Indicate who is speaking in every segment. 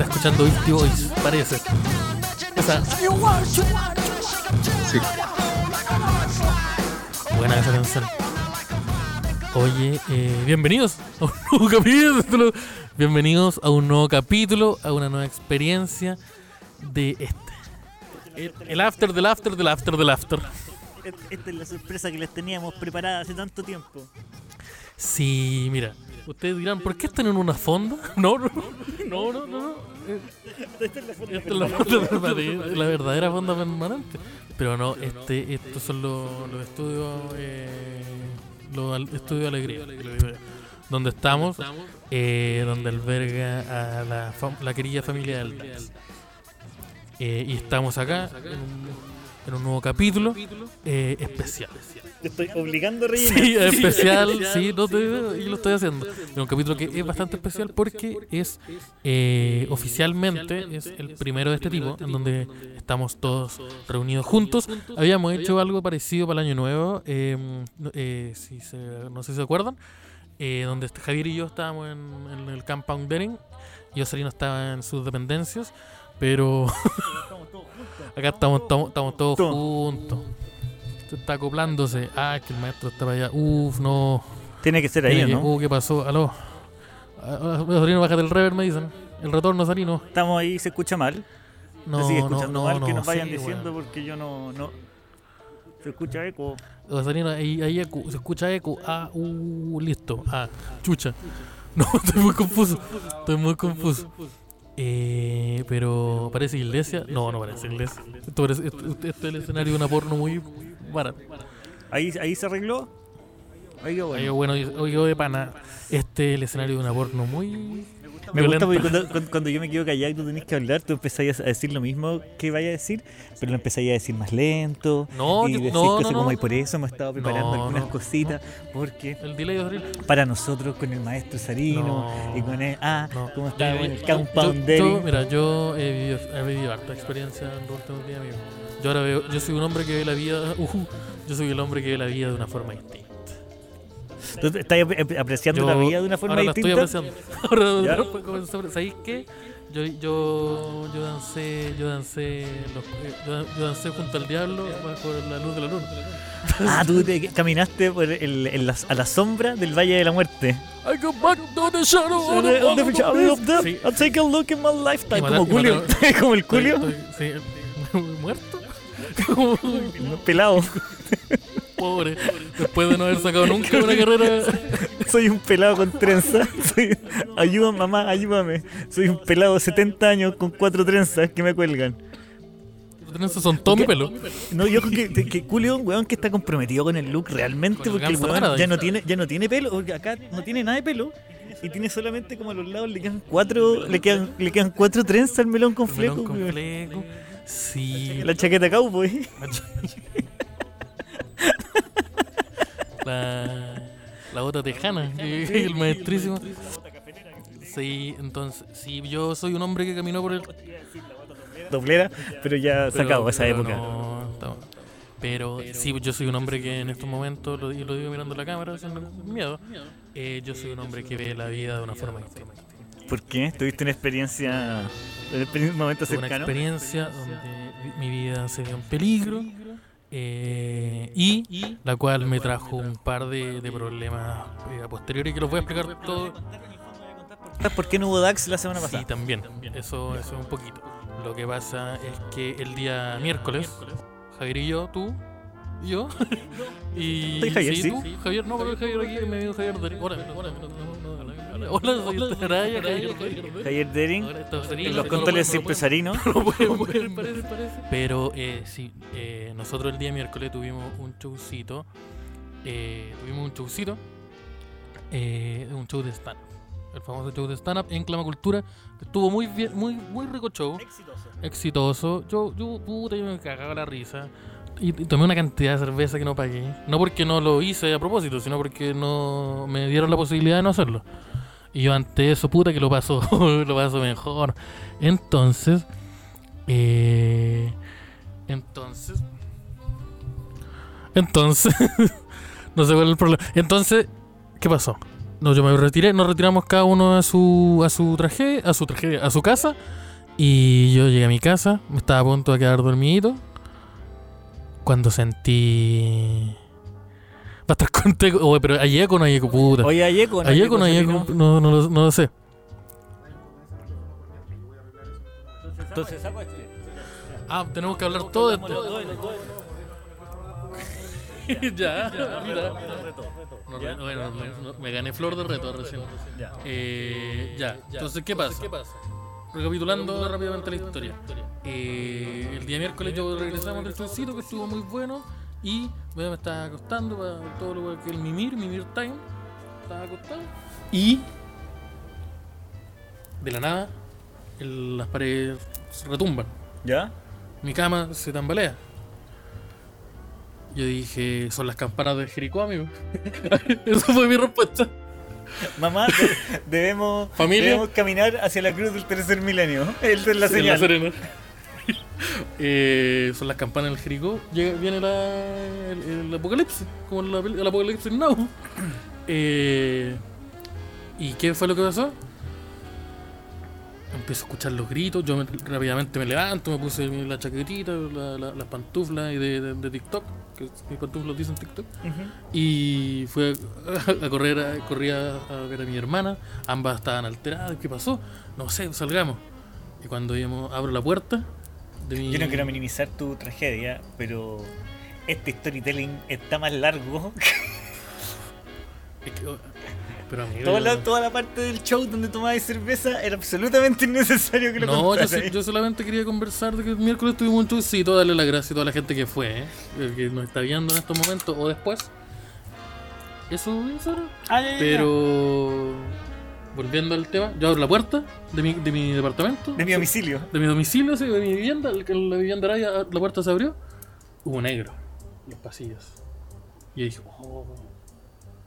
Speaker 1: escuchando Beastie Boys, parece. Esa,
Speaker 2: Sí.
Speaker 1: buena esa canción. Oye, eh, bienvenidos a un nuevo capítulo. Bienvenidos a un nuevo capítulo, a una nueva experiencia de este. El, el after del after del after del after.
Speaker 3: Et- Esta es la sorpresa que les teníamos preparada hace tanto tiempo.
Speaker 1: Sí, mira. Ustedes dirán, ¿por qué están en una fonda? No, no, no, no, no. no. Esta Este es la fonda permanente, la verdadera fonda permanente. Pero no, este, estos son los, los estudios, eh, los al- estudios Alegría, donde estamos, eh, donde alberga a la, fam- la querida familia del Dance. Eh, y estamos acá en un, en un nuevo capítulo eh, especial.
Speaker 3: Te estoy obligando a rellenar.
Speaker 1: Sí, especial, sí, no te, y lo estoy haciendo. Es un capítulo que es bastante especial porque es eh, oficialmente es el primero de este tipo, en donde estamos todos reunidos juntos. Habíamos hecho algo parecido para el año nuevo, eh, no- eh, si se- no sé si se acuerdan, eh, donde este- Javier y yo estábamos en, en el Campound Dering, Yoselino estaba en sus dependencias, pero
Speaker 3: Estamos todos juntos.
Speaker 1: Acá estamos, estamos, estamos todos
Speaker 3: Todo.
Speaker 1: juntos. Esto está acoplándose. Ah, que el maestro está para allá. Uf, no.
Speaker 3: Tiene que ser ahí, ¿o
Speaker 1: Tiene que-
Speaker 3: ¿no?
Speaker 1: uh, ¿qué pasó? Aló. Ah, ah, Sarino, bájate el reverb, me dicen. El retorno, Sarino.
Speaker 3: Estamos ahí, se escucha mal.
Speaker 1: No,
Speaker 3: se sigue
Speaker 1: no,
Speaker 3: escuchando
Speaker 1: no,
Speaker 3: mal,
Speaker 1: no.
Speaker 3: que nos vayan
Speaker 1: sí,
Speaker 3: diciendo
Speaker 1: weón.
Speaker 3: porque yo no, no. Se escucha eco.
Speaker 1: Oh, Sarino, ahí, ahí eco, se escucha eco. Ah, uh, listo. Ah, chucha. No, estoy muy confuso. Estoy muy confuso. Eh, pero parece iglesia. No, no parece iglesia. Esto, parece, esto, esto es el escenario de una porno muy barata.
Speaker 3: Ahí, ahí se arregló. Ahí quedó
Speaker 1: Oye,
Speaker 3: bueno.
Speaker 1: bueno, oye, oye, de pana, este es el escenario de una porno muy...
Speaker 3: Me
Speaker 1: violenta.
Speaker 3: gusta porque cuando, cuando- cuando yo me quedo callado y tú tenés que hablar, tú empezáis a decir lo mismo que vaya a decir, pero lo empezáis a decir más lento.
Speaker 1: No,
Speaker 3: y
Speaker 1: yo-
Speaker 3: decís
Speaker 1: no, no,
Speaker 3: cosas
Speaker 1: no,
Speaker 3: como,
Speaker 1: no.
Speaker 3: y por eso hemos estado preparando
Speaker 1: No,
Speaker 3: algunas
Speaker 1: no,
Speaker 3: cositas, porque
Speaker 1: El delay es horrible.
Speaker 3: para nosotros con el maestro Sarino
Speaker 1: No.
Speaker 3: y con el ah,
Speaker 1: No.
Speaker 3: cómo está
Speaker 1: Yo-
Speaker 3: el
Speaker 1: yo-
Speaker 3: compound
Speaker 1: yo-
Speaker 3: dating.
Speaker 1: Mira, yo he vivido, he vivido harta experiencia en los últimos días, amigo. Yo ahora veo, yo soy un hombre que ve la vida, ujú, yo soy el hombre que ve la vida de una forma distinta.
Speaker 3: ¿Tú te- estás ap- apreciando
Speaker 1: Yo
Speaker 3: la vida de una forma
Speaker 1: ahora
Speaker 3: distinta?
Speaker 1: la estoy apreciando. Ahora,
Speaker 3: Ya.
Speaker 1: ahora comencé a apre- ¿Sabéis qué? Yo, yo, yo dancé, yo dancé, los- eh, yo, dan- yo dancé junto al diablo bajo la luz de la luna.
Speaker 3: Ah, tú te- caminaste por el, en las- a la sombra del Valle de la Muerte.
Speaker 1: I go back to the shadow of the-
Speaker 3: On the
Speaker 1: of the
Speaker 3: shadow of death,
Speaker 1: Sí.
Speaker 3: I'll take a look in my lifetime.
Speaker 1: Y mata-
Speaker 3: Como
Speaker 1: y
Speaker 3: Julio, como el
Speaker 1: Estoy-
Speaker 3: Julio,
Speaker 1: estoy- sí, muerto. Como
Speaker 3: pelado.
Speaker 1: pobre. Después de no haber sacado nunca una carrera.
Speaker 3: Soy un pelado con trenza. Soy- ayúdame, mamá, ayúdame. Soy un pelado de 70 años con cuatro trenzas que me cuelgan.
Speaker 1: Esos son todo mi pelo.
Speaker 3: No, yo creo que, que Julio es un weón que está comprometido con el look realmente,
Speaker 1: Con el
Speaker 3: porque el
Speaker 1: Ganso
Speaker 3: weón
Speaker 1: Paradise.
Speaker 3: ya no, tiene, ya no tiene pelo, porque acá no tiene nada de pelo. Y tiene solamente como a los lados le quedan cuatro, le quedan, le quedan cuatro trenzas al melón con
Speaker 1: Melón
Speaker 3: fleco,
Speaker 1: con
Speaker 3: weón.
Speaker 1: fleco. Sí.
Speaker 3: La chaqueta cowboy.
Speaker 1: La, la bota tejana. que- El maestrísimo. Sí, entonces, sí, yo soy un hombre que caminó por el
Speaker 3: Doblera, pero ya se
Speaker 1: Pero-
Speaker 3: acabó esa
Speaker 1: pero
Speaker 3: época.
Speaker 1: no, estamos- pero sí, yo soy un hombre que en estos momentos, lo, y lo digo mirando la cámara, sin ningún miedo, eh, yo soy un hombre que ve la vida de una forma distinta.
Speaker 3: ¿Por qué? ¿Tuviste una experiencia, un exper- un momento
Speaker 1: Tuve una
Speaker 3: cercano?
Speaker 1: experiencia donde vi- mi vida se vio en peligro eh, y la cual me trajo un par de, de problemas eh, a posteriori que los voy a explicar todo.
Speaker 3: ¿Por qué no hubo DAX la semana
Speaker 1: Sí,
Speaker 3: pasada?
Speaker 1: también, eso, eso un poquito. Lo que pasa es que el día miércoles, Javier y yo, tú, y yo, y
Speaker 3: Soy Javier, sí.
Speaker 1: tú, Javier, no, pero Javier aquí, mi amigo Javier Dere- Hola, hola, hola, hola, hola, hola, soy Taraya, Javier Dere-
Speaker 3: Javier Dering,
Speaker 1: Ahora está
Speaker 3: en
Speaker 1: Serino,
Speaker 3: los
Speaker 1: no lo
Speaker 3: controles
Speaker 1: pueden-
Speaker 3: siempre Sarino.
Speaker 1: no lo pueden ver, parece, parece. Pero eh, sí, eh, nosotros el día miércoles tuvimos un showcito, eh, tuvimos un showcito, eh, un show de stand-up, el famoso show de stand-up en Clamacultura, que estuvo muy bien, muy, muy rico show exitoso. Yo, yo, puta, yo me cagaba la risa. Y t- tomé una cantidad de cerveza que no pagué. No porque no lo hice a propósito, sino porque no me dieron la posibilidad de no hacerlo. Y yo ante eso, puta, que lo paso, lo paso mejor. Entonces, eh, entonces, entonces, no sé cuál es el problema. Entonces, ¿qué pasó? No, yo me retiré, nos retiramos cada uno a su, a su tragedia, a su tragedia, a su casa. Y yo llegué a mi casa, me estaba a punto de quedar dormidito. Cuando sentí. Va a estar con Teco. Oye, pero Ayeco no Ayeco, puta.
Speaker 3: Oye, Ayeco,
Speaker 1: Ayeco no
Speaker 3: se
Speaker 1: Ayeco,
Speaker 3: vino.
Speaker 1: no, no, lo, no lo sé.
Speaker 3: Entonces saco este.
Speaker 1: Ah, tenemos que hablar todo de esto. ya, mira. No, bueno, me, no, me gané flor de reto recién.
Speaker 3: Ya.
Speaker 1: Eh, ya. Entonces, ¿qué pasa? Recapitulando rápidamente la historia. Eh, el día miércoles yo regresamos del showcito que estuvo muy bueno y bueno, me estaba acostando para todo lo que el mimir, mimir time. Estaba acostado y de la nada el- las paredes se retumban.
Speaker 3: ¿Ya?
Speaker 1: Mi cama se tambalea. Yo dije, son las campanas de Jericó, amigo. Esa fue mi respuesta.
Speaker 3: Mamá, de- debemos,
Speaker 1: Familia.
Speaker 3: debemos caminar hacia la cruz del tercer milenio. Esa es la
Speaker 1: Sí, en La
Speaker 3: señal.
Speaker 1: Serena. Eh, son las campanas del Jericó. Llega- viene la- el, el apocalipsis, como en la peli- el apocalipsis now. Eh, ¿Y qué fue lo que pasó? Empiezo a escuchar los gritos, yo me- rápidamente me levanto, me puse mi- la chaquetita, la- la- las pantuflas y de, de- de TikTok, que mis pantuflas dicen TikTok, y fui a, a correr, a, corrí a, a ver a mi hermana, ambas estaban alteradas, ¿qué pasó? No sé, salgamos. Y cuando íbamos, abro la puerta de mi...
Speaker 3: Yo no quiero minimizar tu tragedia, pero este storytelling está más largo que
Speaker 1: Es que- oh, Pero amigo,
Speaker 3: toda
Speaker 1: yo-
Speaker 3: la, toda la parte del show donde tomabas cerveza. Era absolutamente innecesario que lo
Speaker 1: No, yo,
Speaker 3: contara
Speaker 1: sí-
Speaker 3: ahí.
Speaker 1: yo solamente quería conversar de que el miércoles tuvimos un showcito, darle las gracias a toda la gente que fue, ¿eh? El que nos está viendo en estos momentos o después. Eso, eso era.
Speaker 3: Ah, ya, ya, ya.
Speaker 1: Pero volviendo al tema, yo abro la puerta de mi, de mi departamento,
Speaker 3: De mi domicilio.
Speaker 1: de mi domicilio, sí, de mi vivienda, el- la vivienda Araya, la puerta se abrió, hubo negro, en los pasillos. Y yo dije, oh.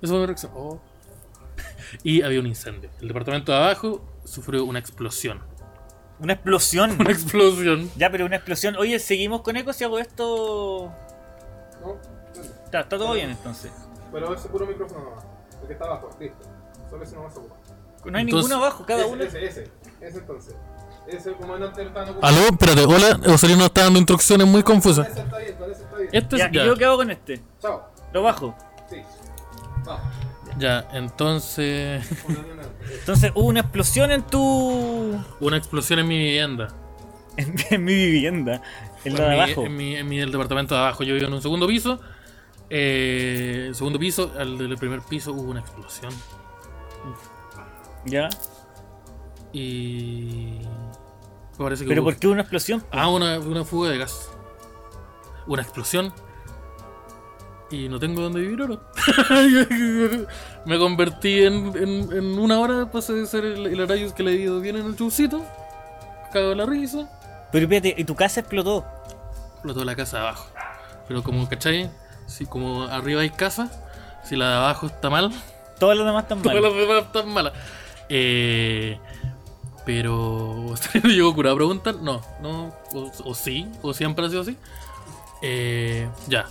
Speaker 1: Eso fue mi reacción, oh. Y había un incendio. El departamento de abajo sufrió una explosión.
Speaker 3: Una explosión.
Speaker 1: Una explosión.
Speaker 3: Ya, pero una explosión. Oye, seguimos con eco si hago esto.
Speaker 2: No, dale.
Speaker 3: Está, está todo bien entonces.
Speaker 2: Pero ese puro micrófono nomás. El que está abajo, listo. Solo ese nomás se ocupa.
Speaker 3: No hay
Speaker 1: Entonces-
Speaker 3: ninguno abajo, cada
Speaker 2: Ese,
Speaker 3: uno.
Speaker 2: Ese, ese. Ese entonces. Ese como antes estaba ocupado.
Speaker 1: Aló, espérate, hola, Osorino está dando instrucciones muy confusas.
Speaker 2: Ese está bien, con ese está bien.
Speaker 1: Este
Speaker 3: Ya,
Speaker 1: es
Speaker 3: ¿y
Speaker 1: ya.
Speaker 3: yo qué hago con este?
Speaker 2: Chao.
Speaker 3: Lo bajo.
Speaker 2: Sí. Vamos.
Speaker 1: Ya, entonces.
Speaker 2: Una unión antes.
Speaker 3: Entonces hubo una explosión en tu.
Speaker 1: Una explosión en mi vivienda.
Speaker 3: en, en mi vivienda. En la de
Speaker 1: mi,
Speaker 3: abajo.
Speaker 1: En mi, en mi- el departamento de abajo. Yo vivo en un segundo piso. Eh, el segundo piso, al del primer piso hubo una explosión.
Speaker 3: Ya.
Speaker 1: Y. Parece que
Speaker 3: Pero
Speaker 1: hubo-
Speaker 3: ¿por qué una explosión?
Speaker 1: Ah, una, una fuga de gas. Una explosión. Y no tengo dónde vivir ahora. Me convertí en, en- en una hora, pasé de ser el, el Arayus que le he ido bien en el chucito. Cago en la risa.
Speaker 3: Pero fíjate, y tu casa explotó.
Speaker 1: Explotó la casa de abajo. Pero como, ¿cachai? Si como arriba hay casa, si la de abajo está mal,
Speaker 3: Todas las demás están mal.
Speaker 1: todas las demás están malas. Eh, pero. ¿Llegó curado a preguntar? No, no. O, o sí, o siempre ha sido así. Eh, ya.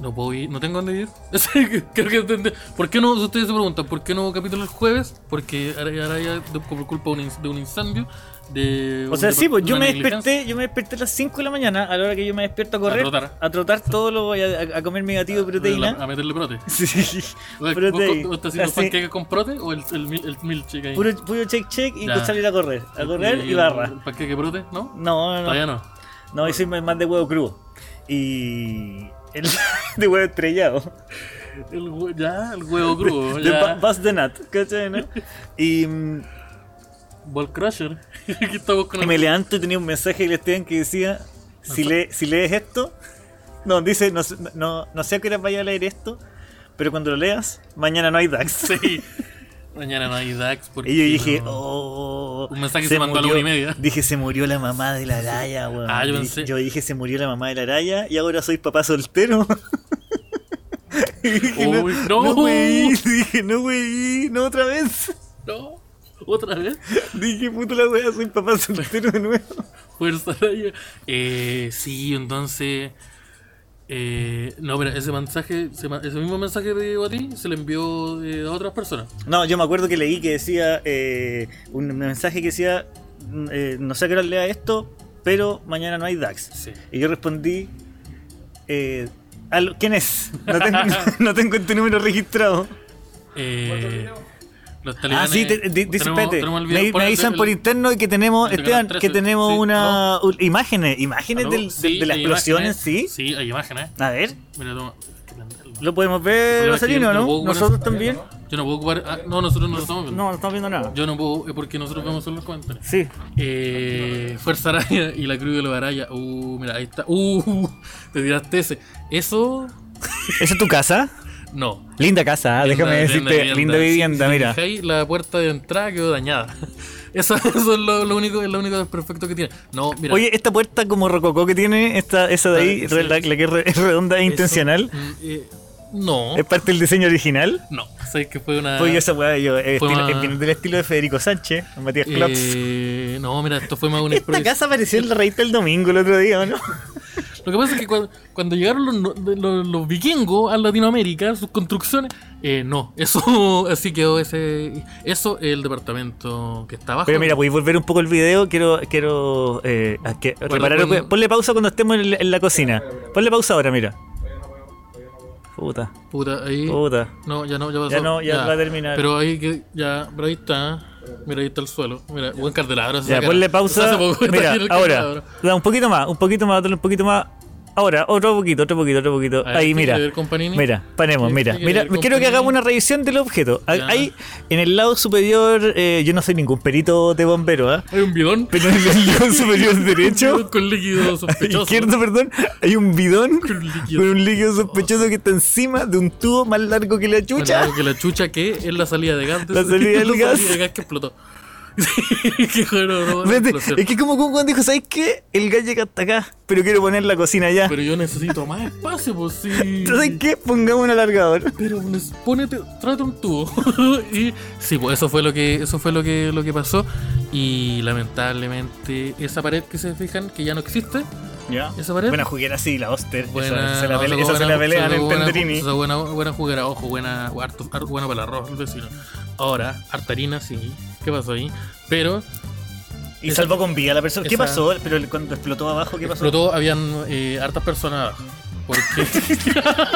Speaker 1: No puedo ir, no tengo dónde ir. Creo que entendí. ¿Por qué no? Ustedes se preguntan, ¿por qué no hubo capítulo el jueves? Porque ahora ya de- por culpa de un, inc- de un incendio. De
Speaker 3: O sea,
Speaker 1: de-
Speaker 3: sí, pues
Speaker 1: de
Speaker 3: yo
Speaker 1: una
Speaker 3: me
Speaker 1: negligencia.
Speaker 3: desperté, yo me desperté a las 5 de la mañana, a la hora que yo me despierto a correr,
Speaker 1: trotar. Ah,
Speaker 3: a trotar todo lo voy a, a- a comer mi gatito de
Speaker 1: A,
Speaker 3: proteína.
Speaker 1: meterle prote.
Speaker 3: Sí,
Speaker 1: ¿Vos-
Speaker 3: proteína.
Speaker 1: vos- vos estás haciendo
Speaker 3: Así,
Speaker 1: panqueca con prote o el, el, mil- el milkshake ahí?
Speaker 3: Puro, puro check check y
Speaker 1: Ya.
Speaker 3: salir a correr, a correr y
Speaker 1: el-
Speaker 3: barra.
Speaker 1: el ¿Panqueque prote? ¿No?
Speaker 3: No, no, no.
Speaker 1: Todavía no.
Speaker 3: No, yo soy más de huevo crudo. Y. el- de huevo estrellado.
Speaker 1: El hue- ya, el huevo crudo.
Speaker 3: De
Speaker 1: ya.
Speaker 3: ba- Buzz de Nat, ¿cachai? no? Y, mm,
Speaker 1: Ball Crusher. Aquí estamos con
Speaker 3: y
Speaker 1: el-
Speaker 3: me levanto y tenía un mensaje de Cristian que decía: si, le, si lees esto, no, dice, no, sé- no, no sé a qué hora vaya a leer esto, pero cuando lo leas, mañana no hay DAX.
Speaker 1: Sí. Mañana no hay DAX. Porque
Speaker 3: Y yo dije,
Speaker 1: no.
Speaker 3: oh.
Speaker 1: Un mensaje se mandó a la una y media.
Speaker 3: Dije, se murió la mamá de la araya, weón.
Speaker 1: Ah, yo
Speaker 3: Dije-
Speaker 1: pensé-
Speaker 3: yo dije, se murió la mamá de la araya y ahora soy papá soltero. Y dije,
Speaker 1: Uy,
Speaker 3: no,
Speaker 1: no.
Speaker 3: güey. Dije, no, güey. No, otra vez.
Speaker 1: No. Otra vez.
Speaker 3: Dije, puta la wea, soy papá soltero de nuevo.
Speaker 1: Fuerza Raya. Eh, sí, entonces. eh, no, pero ese mensaje, se ma- ese mismo mensaje que te llegó a ti se le envió eh, a otras personas.
Speaker 3: No, yo me acuerdo que leí que decía eh, un mensaje que decía eh, no sé a qué hora lea esto, pero mañana no hay DAX.
Speaker 1: Sí.
Speaker 3: Y yo respondí, eh, al- ¿quién es? No tengo, no tengo este número registrado.
Speaker 1: Eh, los
Speaker 3: Ah,
Speaker 1: talibanes.
Speaker 3: sí, te- di- dice,
Speaker 1: tenemos-
Speaker 3: espérate,
Speaker 1: tenemos el
Speaker 3: me,
Speaker 1: video
Speaker 3: me
Speaker 1: el-
Speaker 3: avisan por
Speaker 1: el-
Speaker 3: interno y que tenemos,
Speaker 1: el- el-
Speaker 3: Esteban,
Speaker 1: el-
Speaker 3: que tenemos
Speaker 1: sí,
Speaker 3: una... u- imágenes, imágenes
Speaker 1: ¿Aló?
Speaker 3: del-
Speaker 1: Sí,
Speaker 3: del- de la
Speaker 1: hay
Speaker 3: explosión en
Speaker 1: imágenes.
Speaker 3: sí.
Speaker 1: Sí, hay imágenes.
Speaker 3: A ver,
Speaker 1: Mira, toma.
Speaker 3: lo podemos ver,
Speaker 1: Pero es que yo
Speaker 3: Eh, Rosalino,
Speaker 1: no
Speaker 3: ¿no?
Speaker 1: puedo-
Speaker 3: Nosotros también.
Speaker 1: Yo no puedo ocupar. ah, no, nosotros no lo estamos viendo.
Speaker 3: No, no estamos viendo nada.
Speaker 1: Yo no puedo, eh, porque nosotros vemos solo los comentarios.
Speaker 3: Sí.
Speaker 1: Eh, Fuerza Araya y la Cruz de los Araya. Uh, mira, ahí está. Uh, te tiraste ese. Eso.
Speaker 3: ¿Esa es tu casa?
Speaker 1: No.
Speaker 3: Linda casa, ah, déjame decirte, linda vivienda,
Speaker 1: Si- si
Speaker 3: mira.
Speaker 1: fijáis, la puerta de entrada quedó dañada. Eso, eso es lo, lo único, es lo único desperfecto que tiene. No, mira.
Speaker 3: Oye, esta puerta como rococó que tiene, esta, esa de ahí,
Speaker 1: Ah, sí.
Speaker 3: re- la, la que es re- es redonda e
Speaker 1: eso-
Speaker 3: intencional,
Speaker 1: mm, eh, no.
Speaker 3: es parte del diseño original.
Speaker 1: No. Sabéis que fue una.
Speaker 3: Pues yo esa weá, yo, es,
Speaker 1: Ah. Fue
Speaker 3: estilo,
Speaker 1: más-
Speaker 3: es bien del estilo de Federico Sánchez, Matías Klops.
Speaker 1: eh, no, mira, esto fue más una
Speaker 3: Esta
Speaker 1: improvisación.
Speaker 3: casa apareció en la revista el domingo el otro día, ¿o ¿no?
Speaker 1: Lo que pasa es que cuando, cuando llegaron los, no- de- los- los vikingos a Latinoamérica, sus construcciones, eh, no, eso así quedó ese, eso el departamento que está abajo.
Speaker 3: Pero mira, podéis volver un poco el video, quiero, quiero eh, a que- reparar-
Speaker 1: cuando-
Speaker 3: Ponle pausa cuando estemos en la, en la cocina. Ponle pausa ahora, mira. Puta,
Speaker 1: puta, ahí,
Speaker 3: puta.
Speaker 1: no, ya no, ya pasó.
Speaker 3: Ya no, ya va a terminar.
Speaker 1: Pero ahí que, ya, pero ahí está, mira ahí está el suelo, mira, buen candelabro. se
Speaker 3: Ya,
Speaker 1: sacaron.
Speaker 3: ponle pausa.
Speaker 1: Hace poco que
Speaker 3: Mira,
Speaker 1: trajeron el
Speaker 3: ahora.
Speaker 1: candelabro.
Speaker 3: Da un poquito más, un poquito más, otro un poquito más. Ahora, otro poquito, otro poquito, otro poquito.
Speaker 1: A ver,
Speaker 3: Ahí,
Speaker 1: ¿qué
Speaker 3: mira.
Speaker 1: quiere ver con Panini?
Speaker 3: Mira, panemos,
Speaker 1: ¿Qué-
Speaker 3: mira.
Speaker 1: qué quiere
Speaker 3: Mira,
Speaker 1: ver con
Speaker 3: quiero que
Speaker 1: Panini?
Speaker 3: hagamos una revisión del objeto. A-
Speaker 1: Ya.
Speaker 3: Ahí, en el lado superior, eh, yo no soy ningún perito de bombero, ¿ah?
Speaker 1: Hay un bidón,
Speaker 3: Pero en el lado superior
Speaker 1: un
Speaker 3: derecho,
Speaker 1: bidón con líquido sospechoso.
Speaker 3: izquierdo, perdón, hay un bidón
Speaker 1: Con líquido.
Speaker 3: con un líquido sospechoso que está encima de un tubo más largo que la
Speaker 1: Más
Speaker 3: chucha.
Speaker 1: largo que la chucha que es la salida de gas. de
Speaker 3: La
Speaker 1: ese-
Speaker 3: salida del
Speaker 1: la
Speaker 3: gas.
Speaker 1: salida de gas que explotó. Qué joder, no, no,
Speaker 3: Espérate,
Speaker 1: explosión.
Speaker 3: es que como Kun Juan dijo, ¿sabes qué? El gallo llega hasta acá, pero quiero poner la cocina allá.
Speaker 1: Pero yo necesito más espacio, pues sí.
Speaker 3: Entonces, ¿qué? Pongamos un alargador.
Speaker 1: Pero nos- ponete, tráete un tubo. y sí, pues eso fue lo que eso fue lo que lo que pasó y lamentablemente esa pared que se fijan que ya no existe,
Speaker 3: Ya.
Speaker 1: esa pared.
Speaker 3: Buena juguera, sí, la Oster. esa se la,
Speaker 1: no,
Speaker 3: pele-
Speaker 1: sacó
Speaker 3: esa se
Speaker 1: buena-
Speaker 3: la pelean
Speaker 1: sacó
Speaker 3: en
Speaker 1: buena-
Speaker 3: Tenderini.
Speaker 1: sacó Buena, buena juguera, ojo, buena, harto- harto bueno para el arroz, el vecino. Ahora, hartarina, sí. ¿Qué pasó ahí? Pero
Speaker 3: Y
Speaker 1: esa-
Speaker 3: salvó con vida a la persona. ¿Qué
Speaker 1: esa-
Speaker 3: pasó? Pero el- cuando explotó abajo, ¿qué pasó?
Speaker 1: explotó, habían eh, hartas personas. abajo, Porque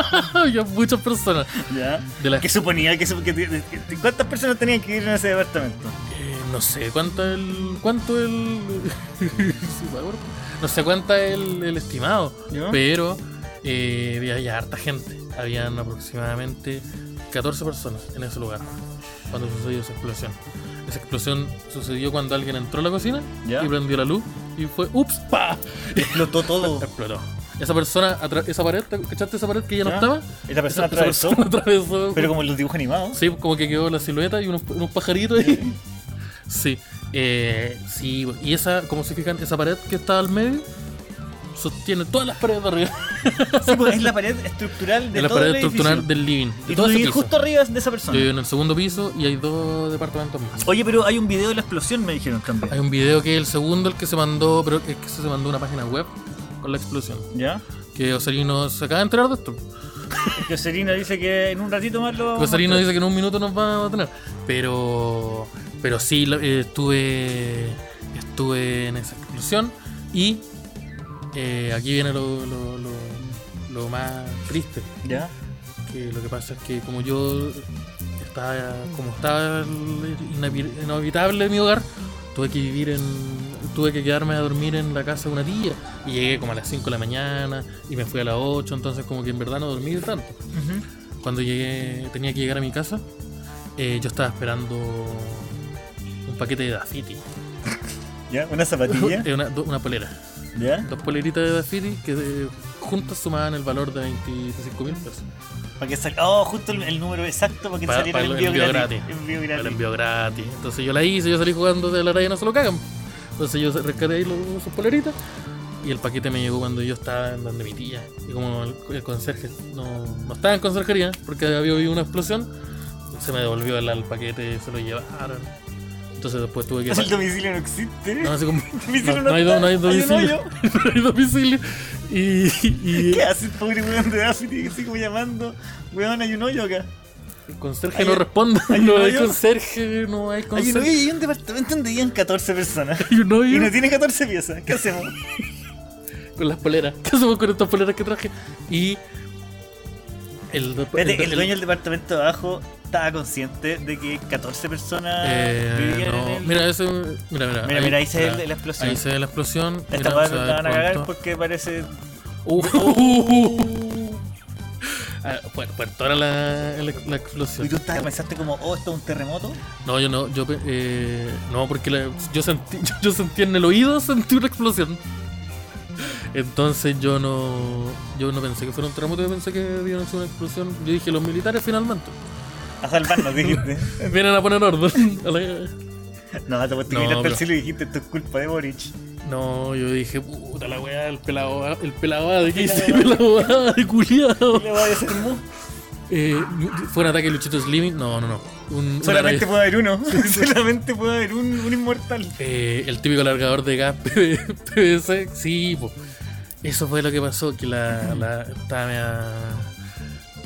Speaker 1: había muchas personas.
Speaker 3: Ya.
Speaker 1: De las
Speaker 3: ¿Qué suponía? ¿Qué sup- que- que- que- ¿Cuántas personas tenían que ir en ese departamento?
Speaker 1: Eh, no sé cuánto el. cuánto el. sí, me acuerdo. no sé cuánta el, el estimado.
Speaker 3: ¿Ya?
Speaker 1: Pero eh, había ya harta gente. Habían aproximadamente 14 personas en ese lugar cuando sucedió esa explosión. Esa explosión sucedió cuando alguien entró a la cocina
Speaker 3: ¿Ya?
Speaker 1: y prendió la luz y fue ¡ups! ¡pa!
Speaker 3: Explotó todo.
Speaker 1: Explotó. Esa persona, atra- esa pared, ¿te- ¿cachaste esa pared que ya no
Speaker 3: ¿Ya?
Speaker 1: estaba?
Speaker 3: Esa
Speaker 1: Esa-
Speaker 3: persona atravesó.
Speaker 1: Esa persona atravesó.
Speaker 3: Pero como en los dibujos animados.
Speaker 1: Sí, como que quedó la silueta y unos, unos pajaritos ahí. Sí. Eh, sí, y esa, como se fijan, esa pared que está al medio sostiene todas las paredes de arriba.
Speaker 3: Sí, pues, es la pared estructural de
Speaker 1: Es la
Speaker 3: todo
Speaker 1: pared
Speaker 3: el
Speaker 1: estructural
Speaker 3: edificio.
Speaker 1: del living. de
Speaker 3: Y tú
Speaker 1: todo ese
Speaker 3: vivís
Speaker 1: piso.
Speaker 3: justo arriba de esa
Speaker 1: Yo
Speaker 3: persona.
Speaker 1: vivo en el segundo piso y hay dos departamentos más.
Speaker 3: Oye, pero hay un video de la explosión, me dijeron también.
Speaker 1: Hay un video que es el segundo, el que se mandó, pero es que se mandó una página web con la explosión.
Speaker 3: ¿Ya?
Speaker 1: Que Osarino se acaba de enterar de esto.
Speaker 3: Que Serina dice que en un ratito más lo vamos a
Speaker 1: Rosarino
Speaker 3: mostrar.
Speaker 1: dice que en un minuto nos va a tener. Pero. Pero sí, la- eh, estuve. Estuve en esa exclusión. Y. eh, aquí viene lo, lo- lo- lo más triste.
Speaker 3: ¿Ya?
Speaker 1: Que lo que pasa es que como yo estaba. como estaba el inapi- inhabitable mi hogar, tuve que vivir en. Tuve que quedarme a dormir en la casa de una tía. Y llegué como a las 5 de la mañana. Y me fui a las 8. Entonces como que en verdad no dormí tanto
Speaker 3: Ujú.
Speaker 1: cuando llegué, tenía que llegar a mi casa, eh, yo estaba esperando un paquete de Dafiti.
Speaker 3: ¿Ya? ¿Una zapatilla?
Speaker 1: Eh, una, do- una polera.
Speaker 3: ¿Ya?
Speaker 1: Dos poleritas de Dafiti que eh, juntas sumaban el valor de 25 mil pesos.
Speaker 3: Para que salga. Oh, justo el, el número exacto para que
Speaker 1: Para-
Speaker 3: saliera
Speaker 1: para
Speaker 3: el
Speaker 1: el
Speaker 3: envío
Speaker 1: envío
Speaker 3: gratis.
Speaker 1: gratis.
Speaker 3: Envío
Speaker 1: Para El
Speaker 3: gratis.
Speaker 1: envío gratis. Entonces yo la hice, yo salí jugando de la raya, no se lo cagan. Entonces yo rescaté ahí los- sus poleritas y el paquete me llegó cuando yo estaba en donde mi tía. Y como el, el conserje no, no estaba en conserjería porque había habido una explosión, se me devolvió el, el paquete, se lo llevaron. Entonces después tuve que...
Speaker 3: El domicilio no existe.
Speaker 1: No, así como-
Speaker 3: domicilio
Speaker 1: no, no hay,
Speaker 3: está.
Speaker 1: do- no hay
Speaker 3: un
Speaker 1: domicilio.
Speaker 3: hoyo.
Speaker 1: no hay domicilio. Y, y-
Speaker 3: ¿Qué hace el pobre weón de Daffy? Que sigo llamando. Weón, hay un hoyo acá.
Speaker 1: El conserje
Speaker 3: Hay-
Speaker 1: no responde.
Speaker 3: hay un
Speaker 1: No hay
Speaker 3: hoyo.
Speaker 1: conserje, no hay
Speaker 3: Hay un, hoyo
Speaker 1: conserje.
Speaker 3: y hay un departamento donde vivían 14 personas.
Speaker 1: Hay un
Speaker 3: Y no
Speaker 1: hoyo
Speaker 3: tiene 14 piezas. ¿Qué hacemos?
Speaker 1: con las poleras. ¿Qué hacemos con estas poleras que traje? Y. El, do-
Speaker 3: Espérate,
Speaker 1: el-
Speaker 3: el dueño del departamento de abajo estaba consciente de que 14 personas
Speaker 1: Eh,
Speaker 3: vivían
Speaker 1: no.
Speaker 3: en el...
Speaker 1: Mira, ese. Mira, mira.
Speaker 3: Mira, mira, ahí se ve la- la explosión.
Speaker 1: Ahí se ve la explosión. mira,
Speaker 3: Esta weá
Speaker 1: se
Speaker 3: la
Speaker 1: va a
Speaker 3: van a
Speaker 1: ver
Speaker 3: cagar
Speaker 1: pronto.
Speaker 3: porque parece...
Speaker 1: Uh, uh, Ah, bueno, bueno, toda la, la, la
Speaker 3: Y tú
Speaker 1: explosión.
Speaker 3: estabas- pensaste como, oh, esto es un terremoto.
Speaker 1: No, yo no, yo pe- eh, no, porque la- yo sentí, yo, yo sentí en el oído, sentí una explosión. Entonces yo no, yo no pensé que fuera un terremoto, yo pensé que había sido una explosión. Yo dije los militares finalmente
Speaker 3: A salvarnos, dijiste.
Speaker 1: vienen a poner orden. a la-
Speaker 3: no, pues, te pusiste
Speaker 1: No,
Speaker 3: no, al
Speaker 1: pero-
Speaker 3: cielo y dijiste, esto es culpa de Boric.
Speaker 1: No, yo dije, puta la weá, el pelado, el pelado de que hice, pelado de culiado.
Speaker 3: ¿Le va a decir mu?
Speaker 1: Eh, ¿Fue un ataque de Luchito Slimming? No, no, no. Un- un
Speaker 3: Solamente
Speaker 1: ataque-
Speaker 3: puede haber uno. Solamente puede haber un, un inmortal.
Speaker 1: Eh, el típico largador de gas PV PVC, sí, po. eso fue lo que pasó, que la, la estaba media-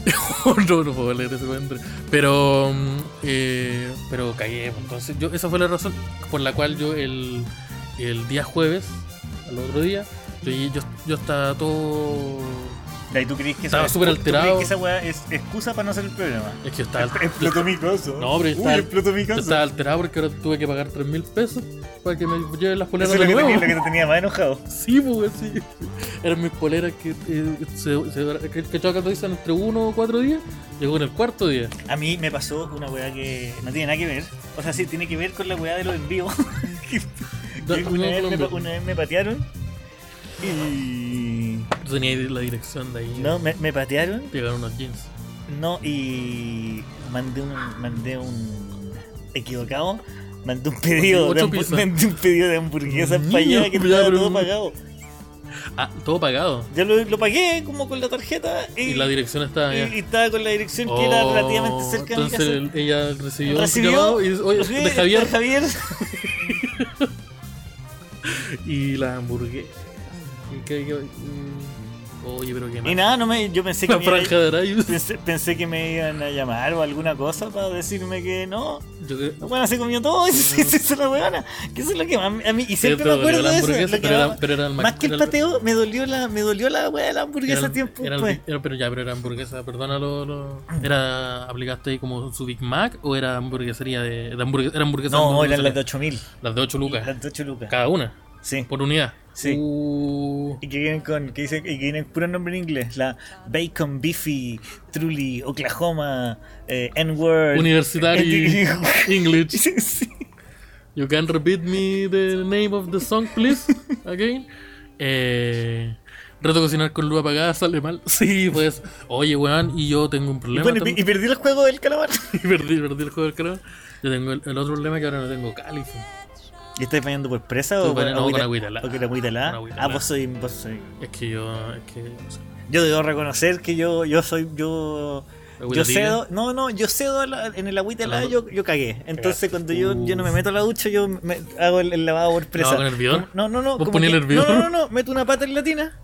Speaker 1: Oh, no, no puedo leer ese cuento. Pero, mm, eh, pero cagué, po. entonces yo, esa fue la razón por la cual yo el, el día jueves, al otro día, yo, yo, yo estaba todo...
Speaker 3: Ya, ¿Y tú crees que
Speaker 1: Estaba
Speaker 3: esa-
Speaker 1: súper
Speaker 3: tú crees
Speaker 1: alterado.
Speaker 3: que esa weá es excusa para no hacer el programa?
Speaker 1: Es que yo estaba...
Speaker 3: Explotó mi coso.
Speaker 1: No, pero yo
Speaker 3: Uy,
Speaker 1: estaba-
Speaker 3: explotó mi
Speaker 1: yo
Speaker 3: coso.
Speaker 1: estaba alterado porque ahora tuve que pagar 3 mil pesos para que me lleven las poleras
Speaker 3: Eso es lo
Speaker 1: de
Speaker 3: que,
Speaker 1: nuevo.
Speaker 3: tenía, lo que te tenía más enojado.
Speaker 1: Sí, pues, sí. Eran mis poleras que eh, se, se, que, que dicen entre uno o cuatro días. Llegó en el cuarto día.
Speaker 3: A mí me pasó una weá que no tiene nada que ver. O sea, sí, tiene que ver con la weá de los envíos. Que-
Speaker 1: Da-
Speaker 3: que
Speaker 1: no,
Speaker 3: una, vez me,
Speaker 1: Colombia.
Speaker 3: pa- una vez me patearon. Y.
Speaker 1: Yo tenía ahí la dirección de ahí.
Speaker 3: No, me, me patearon.
Speaker 1: Llegaron unos jeans.
Speaker 3: No, y. Mandé un. Mandé un. Equivocado. Mandé un pedido, de,
Speaker 1: Ocho
Speaker 3: hambu-
Speaker 1: pizzas.
Speaker 3: mandé un pedido de hamburguesas para allá que
Speaker 1: Niño,
Speaker 3: estaba
Speaker 1: pero-
Speaker 3: todo pagado.
Speaker 1: Ah, todo pagado.
Speaker 3: Yo lo, lo pagué como con la tarjeta y,
Speaker 1: Y la dirección estaba
Speaker 3: y-
Speaker 1: allá.
Speaker 3: y estaba con la dirección que era
Speaker 1: Oh,
Speaker 3: relativamente cerca de mi
Speaker 1: entonces
Speaker 3: casa.
Speaker 1: el- ella recibió,
Speaker 3: Recibió-
Speaker 1: un llamado y dice, oye,
Speaker 3: Sí,
Speaker 1: de Javier
Speaker 3: de Javier.
Speaker 1: y la hamburguesa. Y que- que- mm, Oye, pero qué
Speaker 3: Y
Speaker 1: mal.
Speaker 3: nada, no me, yo pensé que
Speaker 1: La
Speaker 3: me iba-
Speaker 1: franja de Arayus.
Speaker 3: pensé, pensé que me iban a llamar o alguna cosa para decirme que no.
Speaker 1: Yo creo-
Speaker 3: La buena se comió todo y se se hizo la weona. Que eso es lo que más me- a mí. Y siempre
Speaker 1: te
Speaker 3: me
Speaker 1: dolió
Speaker 3: acuerdo
Speaker 1: la
Speaker 3: de eso.
Speaker 1: hamburguesa,
Speaker 3: lo que
Speaker 1: pero era-
Speaker 3: más-
Speaker 1: pero era el Mac-
Speaker 3: más que el
Speaker 1: era el-
Speaker 3: pateo, me dolió la, me dolió la weá de la hamburguesa
Speaker 1: Era-
Speaker 3: tiempo pues.
Speaker 1: era el
Speaker 3: después.
Speaker 1: Big- era- pero ya, pero era hamburguesa, perdónalo. Lo, era, ¿Aplicaste ahí como su Big Mac o era hamburguesería de. de hamburgue- era hamburguesa
Speaker 3: No,
Speaker 1: hamburguesa
Speaker 3: eran las de 8000.
Speaker 1: Las de 8 lucas.
Speaker 3: Las de 8 lucas.
Speaker 1: Cada una,
Speaker 3: Sí.
Speaker 1: por unidad.
Speaker 3: Sí.
Speaker 1: Uh,
Speaker 3: Y que vienen con, que dicen, y que vienen puro nombre en inglés, la Bacon Beefy, Truly, Oklahoma, eh, N-Word. Este
Speaker 1: universitary English.
Speaker 3: Sí, sí.
Speaker 1: You can repeat me the name of the song, please. Again. Eh, Reto cocinar con luz apagada sale mal. Sí, pues. Oye, weón, y yo tengo un
Speaker 3: Y,
Speaker 1: problema.
Speaker 3: bueno,
Speaker 1: también.
Speaker 3: y- y perdí el juego del calamar.
Speaker 1: Y perdí, perdí el juego del cráneo. Yo tengo el, el otro problema que ahora no tengo cáliz.
Speaker 3: ¿Y estáis bañando por presa
Speaker 1: Estoy
Speaker 3: o por
Speaker 1: bañando con agüita helada.
Speaker 3: o con agüita helada?
Speaker 1: Con agüita
Speaker 3: Ah,
Speaker 1: helada.
Speaker 3: vos soy, vos soy.
Speaker 1: Es que yo. Es que. no sé.
Speaker 3: Yo debo reconocer que yo, yo soy, yo.
Speaker 1: Agüita
Speaker 3: Yo
Speaker 1: tibia. Ah.
Speaker 3: cedo, no, no, yo cedo a la- en el agüita helada,
Speaker 1: Claro.
Speaker 3: yo, yo cagué. Entonces,
Speaker 1: Cagaste.
Speaker 3: cuando yo, yo no me
Speaker 1: Uf.
Speaker 3: meto a la ducha, yo me hago el, el lavado por presa.
Speaker 1: con el bidón?
Speaker 3: No, no,
Speaker 1: ¿Vos
Speaker 3: no. como
Speaker 1: ponés
Speaker 3: que-
Speaker 1: el ¿Ah? bidón?
Speaker 3: No, no, no, no, meto una pata en la tina.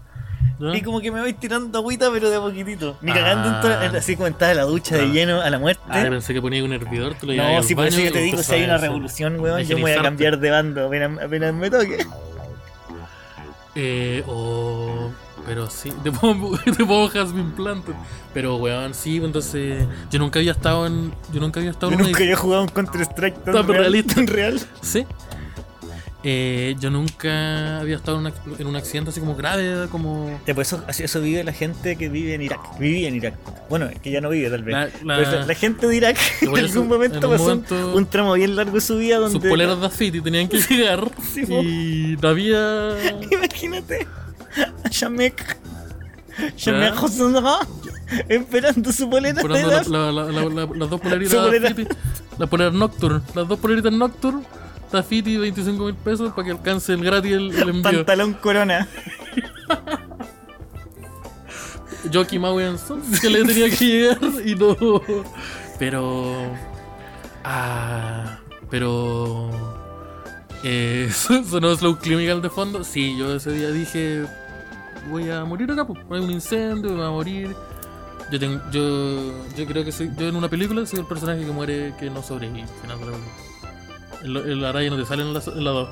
Speaker 1: ¿Ya?
Speaker 3: Y como que me voy tirando agüita, pero de a poquitito. Ni
Speaker 1: Ah.
Speaker 3: cagando en toda- en- así como estaba la ducha de
Speaker 1: Claro.
Speaker 3: lleno a la muerte.
Speaker 1: Ah, pensé que ponía un hervidor, te lo llevaba
Speaker 3: no,
Speaker 1: al
Speaker 3: si por
Speaker 1: baño
Speaker 3: eso yo
Speaker 1: y
Speaker 3: te digo, si hay
Speaker 1: empezaba
Speaker 3: una
Speaker 1: a-
Speaker 3: revolución, weón,
Speaker 1: a
Speaker 3: yo me voy a
Speaker 1: higienizarte.
Speaker 3: cambiar de bando apenas, apenas me toque.
Speaker 1: Eh, o. Pero sí, te pongo, te pongo Jasmine Plant. Pero weón, sí, pues, entonces. Yo nunca había estado en. Yo nunca había estado
Speaker 3: Yo
Speaker 1: en una
Speaker 3: nunca había jugado un Counter-Strike tan
Speaker 1: Tan
Speaker 3: real,
Speaker 1: realista.
Speaker 3: tan real.
Speaker 1: Sí. Eh, yo nunca había estado en, una- en un accidente así como grave, como.
Speaker 3: Ya, pues eso, así- eso vive la gente que vive en Irak. Vivía en Irak. Bueno, que ya no vive tal vez.
Speaker 1: La- la-
Speaker 3: Pero la, la gente de Irak en
Speaker 1: Igual
Speaker 3: algún
Speaker 1: eso,
Speaker 3: momento
Speaker 1: en un
Speaker 3: pasó un-
Speaker 1: momento-
Speaker 3: un tramo bien largo de su vida donde.
Speaker 1: Sus poleras de afiti tenían que llegar.
Speaker 3: Sí, po.
Speaker 1: y no había.
Speaker 3: Imagínate a Shamek. Shamek
Speaker 1: ¿Ya?
Speaker 3: Hosanra esperando su boleta de
Speaker 1: Poniendo la-
Speaker 3: edad.
Speaker 1: la- la- la- la- las dos poleritas.
Speaker 3: Su polera.
Speaker 1: Fiti, la polera Nocturne. Las dos poleritas Nocturne. Tafiti, 25 mil pesos para que alcance el gratis el, el envío.
Speaker 3: Pantalón corona.
Speaker 1: Jockey Maui and Sons, que le tenía que llegar y no. Pero. Ah. Pero. Eh, sonó Slow Clinical de fondo. Sí, yo ese día dije. Voy a morir acá, pues. Hay un incendio, me voy a morir. Yo, tengo, yo, yo creo que soy. Yo en una película soy el personaje que muere que no sobrevive al final de la película. El, el Araya no te sale en la, en la 2.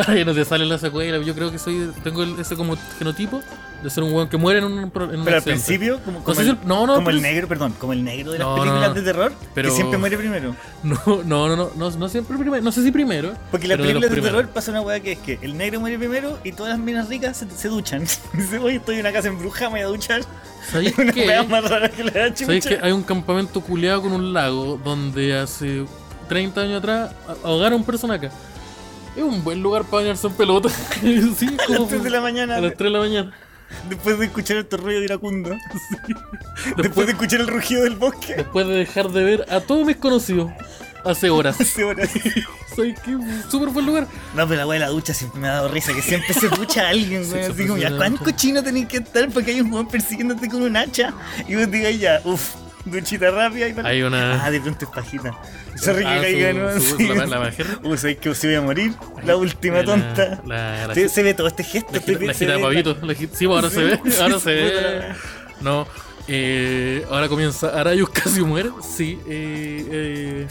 Speaker 1: Araya no te sale en la secuela. Yo creo que soy. Tengo el- ese como genotipo de ser un weón que muere en un, pro- en un
Speaker 3: Pero al
Speaker 1: accidente.
Speaker 3: principio, como, como
Speaker 1: sé si
Speaker 3: el,
Speaker 1: el- no, no,
Speaker 3: como el
Speaker 1: pero-
Speaker 3: negro, perdón, como el negro de las
Speaker 1: No, no,
Speaker 3: películas
Speaker 1: no.
Speaker 3: de terror,
Speaker 1: Pero-
Speaker 3: que siempre muere primero.
Speaker 1: No, no, no, no, no, no siempre primero. No sé si primero.
Speaker 3: Porque las
Speaker 1: pero de los
Speaker 3: películas de,
Speaker 1: primeros.
Speaker 3: terror pasa una weá que es que el negro muere primero y todas las minas ricas se, se duchan. Dice, oye, estoy en una casa en bruja, me voy a duchar.
Speaker 1: ¿Sabéis
Speaker 3: Una weá
Speaker 1: qué?
Speaker 3: más rara que la de
Speaker 1: ¿Sabéis que
Speaker 3: chucha.
Speaker 1: hay un campamento culeado con un lago donde hace 30 años atrás a- ahogaron personas acá? Es un buen lugar para bañarse en pelota. Sí,
Speaker 3: A las
Speaker 1: como-
Speaker 3: 3 de la
Speaker 1: a
Speaker 3: mañana,
Speaker 1: las 3 de la mañana.
Speaker 3: después de escuchar este ruido iracundo, después
Speaker 1: Después,
Speaker 3: de escuchar el rugido del bosque,
Speaker 1: después de dejar de ver a todos mis conocidos hace horas.
Speaker 3: hace horas.
Speaker 1: ¿Sabéis qué? Súper buen lugar.
Speaker 3: No, pero la weá de la ducha siempre me ha dado risa, que siempre se ducha alguien,
Speaker 1: Sí,
Speaker 3: weón.
Speaker 1: siempre
Speaker 3: así como,
Speaker 1: se
Speaker 3: ya,
Speaker 1: ducha.
Speaker 3: ¿cuán cochino tenés que estar para que haya un weón persiguiéndote con un hacha? Y vos digas, ya, uff, duchita rápida y para.
Speaker 1: Hay una.
Speaker 3: Ah, de pronto es pajita. Sorry que
Speaker 1: Ah,
Speaker 3: caiga,
Speaker 1: su-
Speaker 3: ¿no?
Speaker 1: su-
Speaker 3: Sí.
Speaker 1: la- la bajera.
Speaker 3: Uy, sabéis que si voy a morir, la última
Speaker 1: La-
Speaker 3: tonta.
Speaker 1: La, la,
Speaker 3: Se, se ve todo este gesto.
Speaker 1: la
Speaker 3: este-
Speaker 1: gira- la
Speaker 3: se
Speaker 1: gira de
Speaker 3: ve-
Speaker 1: Pablito. La gi- sí, pues, ahora se ve.
Speaker 3: Sí, pues,
Speaker 1: Ahora
Speaker 3: sí,
Speaker 1: se ve.
Speaker 3: puta.
Speaker 1: No. eh, ahora comienza. Arayus casi muere. Sí. eh, eh,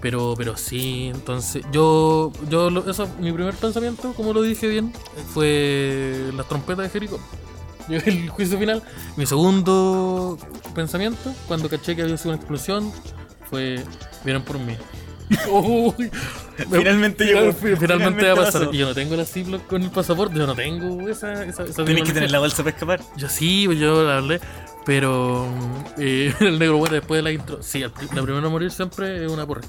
Speaker 1: pero, pero sí. Entonces, yo. yo lo- eso, mi primer pensamiento, como lo dije bien, fue las trompetas de Jericó. Yo, el juicio final. Mi segundo pensamiento, cuando caché que había sido una explosión, fue. Vieron por mí. Uy.
Speaker 3: Finalmente
Speaker 1: Final-
Speaker 3: llegó,
Speaker 1: Finalmente,
Speaker 3: finalmente
Speaker 1: va a pasar.
Speaker 3: pasó.
Speaker 1: Y yo no tengo la Ziploc con el pasaporte, yo no tengo esa. esa, esa
Speaker 3: Tenés que
Speaker 1: tecnología.
Speaker 3: tener la bolsa para escapar.
Speaker 1: Yo sí, pues, yo la hablé. Pero mm, eh, el negro muere después de la intro. Sí, el pri- la primera a morir siempre es una porreta.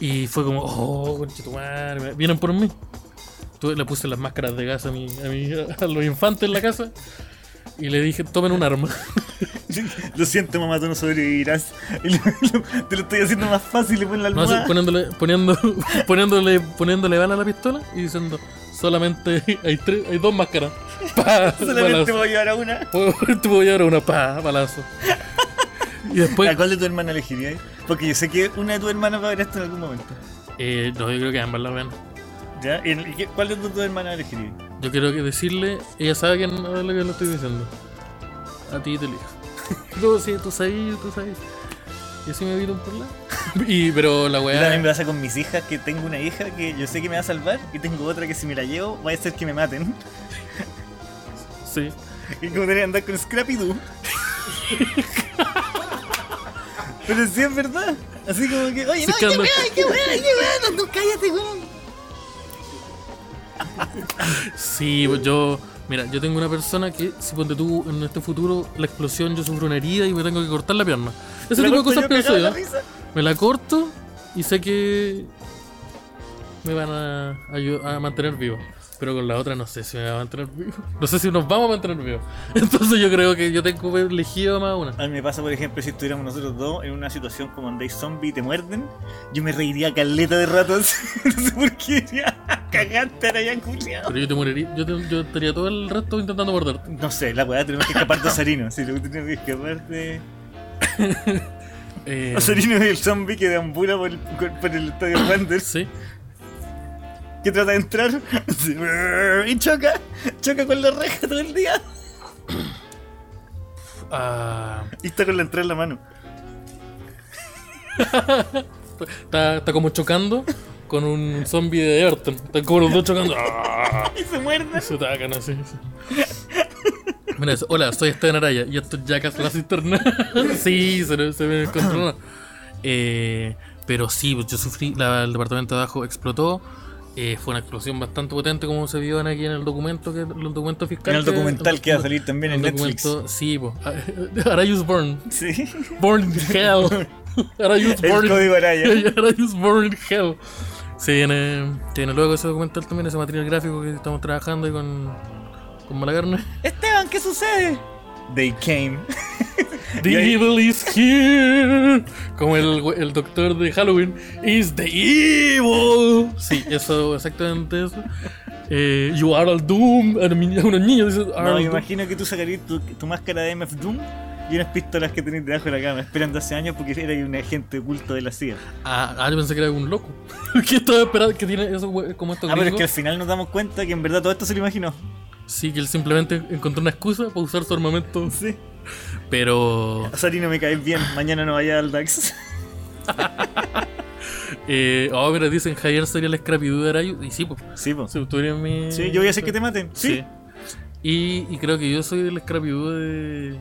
Speaker 1: Y fue como, oh, conchetumare, me- vienen por mí. Tuve- le puse las máscaras de gas a, mi, a, mi- a los infantes en la casa y le dije, tomen un arma.
Speaker 3: Lo siento, mamá, tú no sobrevivirás. Y lo- lo- te lo estoy haciendo más fácil. Le ponen la
Speaker 1: No, así,
Speaker 3: almohada.
Speaker 1: poniéndole, poniendo, poniéndole, poniéndole bala a la pistola y diciendo, solamente hay, tres, hay dos máscaras. Pa,
Speaker 3: Solamente
Speaker 1: balazo.
Speaker 3: voy a llevar a una.
Speaker 1: Te voy a dar una pa, balazo. Y después.
Speaker 3: ¿A cuál de tu hermana elegirías? Porque yo sé que una de tus hermanas va a ver esto en algún momento.
Speaker 1: Eh, no, yo creo que ambas la vean.
Speaker 3: ¿Ya? ¿Y qué- ¿Cuál de tus dos hermanas elegirías?
Speaker 1: Yo quiero que decirle, ella sabe que no es lo que le estoy diciendo. A ti te elijo. No, sí, tú sabes, tú sabes. Y así me evito un problema. Y, pero la
Speaker 3: Yo también me
Speaker 1: weá.
Speaker 3: pasa con mis hijas, que tengo una hija que yo sé que me va a salvar y tengo otra que si me la llevo va a ser que me maten.
Speaker 1: Sí.
Speaker 3: Y como tenés que andar con Scrappy Doo. Pero sí es verdad. Así como que,
Speaker 1: Sí,
Speaker 3: oye, no,
Speaker 1: que
Speaker 3: qué
Speaker 1: anda-
Speaker 3: weón, qué weón, qué weón, no, cállate, weón.
Speaker 1: Sí, pues yo. Mira, yo tengo una persona que, si ponte tú en este futuro, la explosión, yo sufro una herida y me tengo que cortar la pierna. Ese
Speaker 3: La
Speaker 1: tipo de
Speaker 3: corto
Speaker 1: cosas
Speaker 3: yo
Speaker 1: pienso
Speaker 3: cagado de
Speaker 1: yo.
Speaker 3: la risa.
Speaker 1: Me la corto y sé que me van a, ayu- a mantener vivo. Pero con la otra no sé si me va a mantener vivo. No sé si nos vamos a mantener vivos. Entonces yo creo que yo tengo elegido más una.
Speaker 3: A mí me pasa, por ejemplo, si estuviéramos nosotros dos en una situación como donde hay zombies y te muerden, yo me reiría caleta de rato así. No sé por qué diría, cagaste, ahora ya culiao.
Speaker 1: Pero yo te moriría. Yo, te- yo estaría todo el resto intentando morderte.
Speaker 3: No sé, la weá, tenemos que escapar de Osarino. Sí, tenemos que escapar de.
Speaker 1: Eh,
Speaker 3: Osarino es el zombie que deambula por el, por el estadio Wander.
Speaker 1: sí.
Speaker 3: que trata de entrar así, y choca, choca con la reja todo el día
Speaker 1: Ah,
Speaker 3: y está con la entrada en la mano.
Speaker 1: está, está como chocando con un zombie de Everton. Están como los dos chocando. Ah.
Speaker 3: Y se muerde.
Speaker 1: Se atacan así. sí. Mira eso. Hola, soy Esteban Araya y esto es Jackass la cisterna. sí, se, me- se me descontroló. Eh, pero sí, pues yo sufrí, la- el departamento de abajo explotó. Eh, fue una explosión bastante potente como se vio en aquí en el documento, que, el documento fiscal.
Speaker 3: En el documental que va a salir también en
Speaker 1: el
Speaker 3: Netflix.
Speaker 1: documento- Sí, po. Arayus Born.
Speaker 3: Sí.
Speaker 1: Born in Hell. Arayus
Speaker 3: El
Speaker 1: Born in
Speaker 3: código Araya.
Speaker 1: Arayus Born in Hell. Se viene, se viene luego ese documental también, ese material gráfico que estamos trabajando y con, con mala carne.
Speaker 3: Esteban, ¿qué sucede? They came.
Speaker 1: The
Speaker 3: Y ahí-
Speaker 1: evil is here. Como el, we- el doctor de Halloween. Is the evil. Sí, eso, exactamente eso. Eh, you are all doom. A mi- a unos niños dicen. are
Speaker 3: No,
Speaker 1: all
Speaker 3: me
Speaker 1: doom.
Speaker 3: imagino que tú sacarías tu, tu máscara de MF Doom y unas pistolas que tenés debajo de la cama esperando hace años porque era un agente oculto de la CIA.
Speaker 1: Ah, ah, yo pensé que era un loco. que estaba esperando que tiene eso we- como estos
Speaker 3: Ah, pero es
Speaker 1: gringos.
Speaker 3: que al final nos damos cuenta que en verdad todo esto se lo imaginó.
Speaker 1: Sí, que él simplemente encontró una excusa para usar su armamento
Speaker 3: Sí.
Speaker 1: Pero
Speaker 3: Sari, no me caes bien. Mañana no vaya al DAX.
Speaker 1: eh, oh, pero dicen Javier sería el Scrappy Doo de Arayus. Y sí, pues.
Speaker 3: Sí, po.
Speaker 1: Si tú eres mi-
Speaker 3: Sí, yo voy a hacer que te maten. Sí.
Speaker 1: Y, y creo que yo soy el Scrappy Doo de,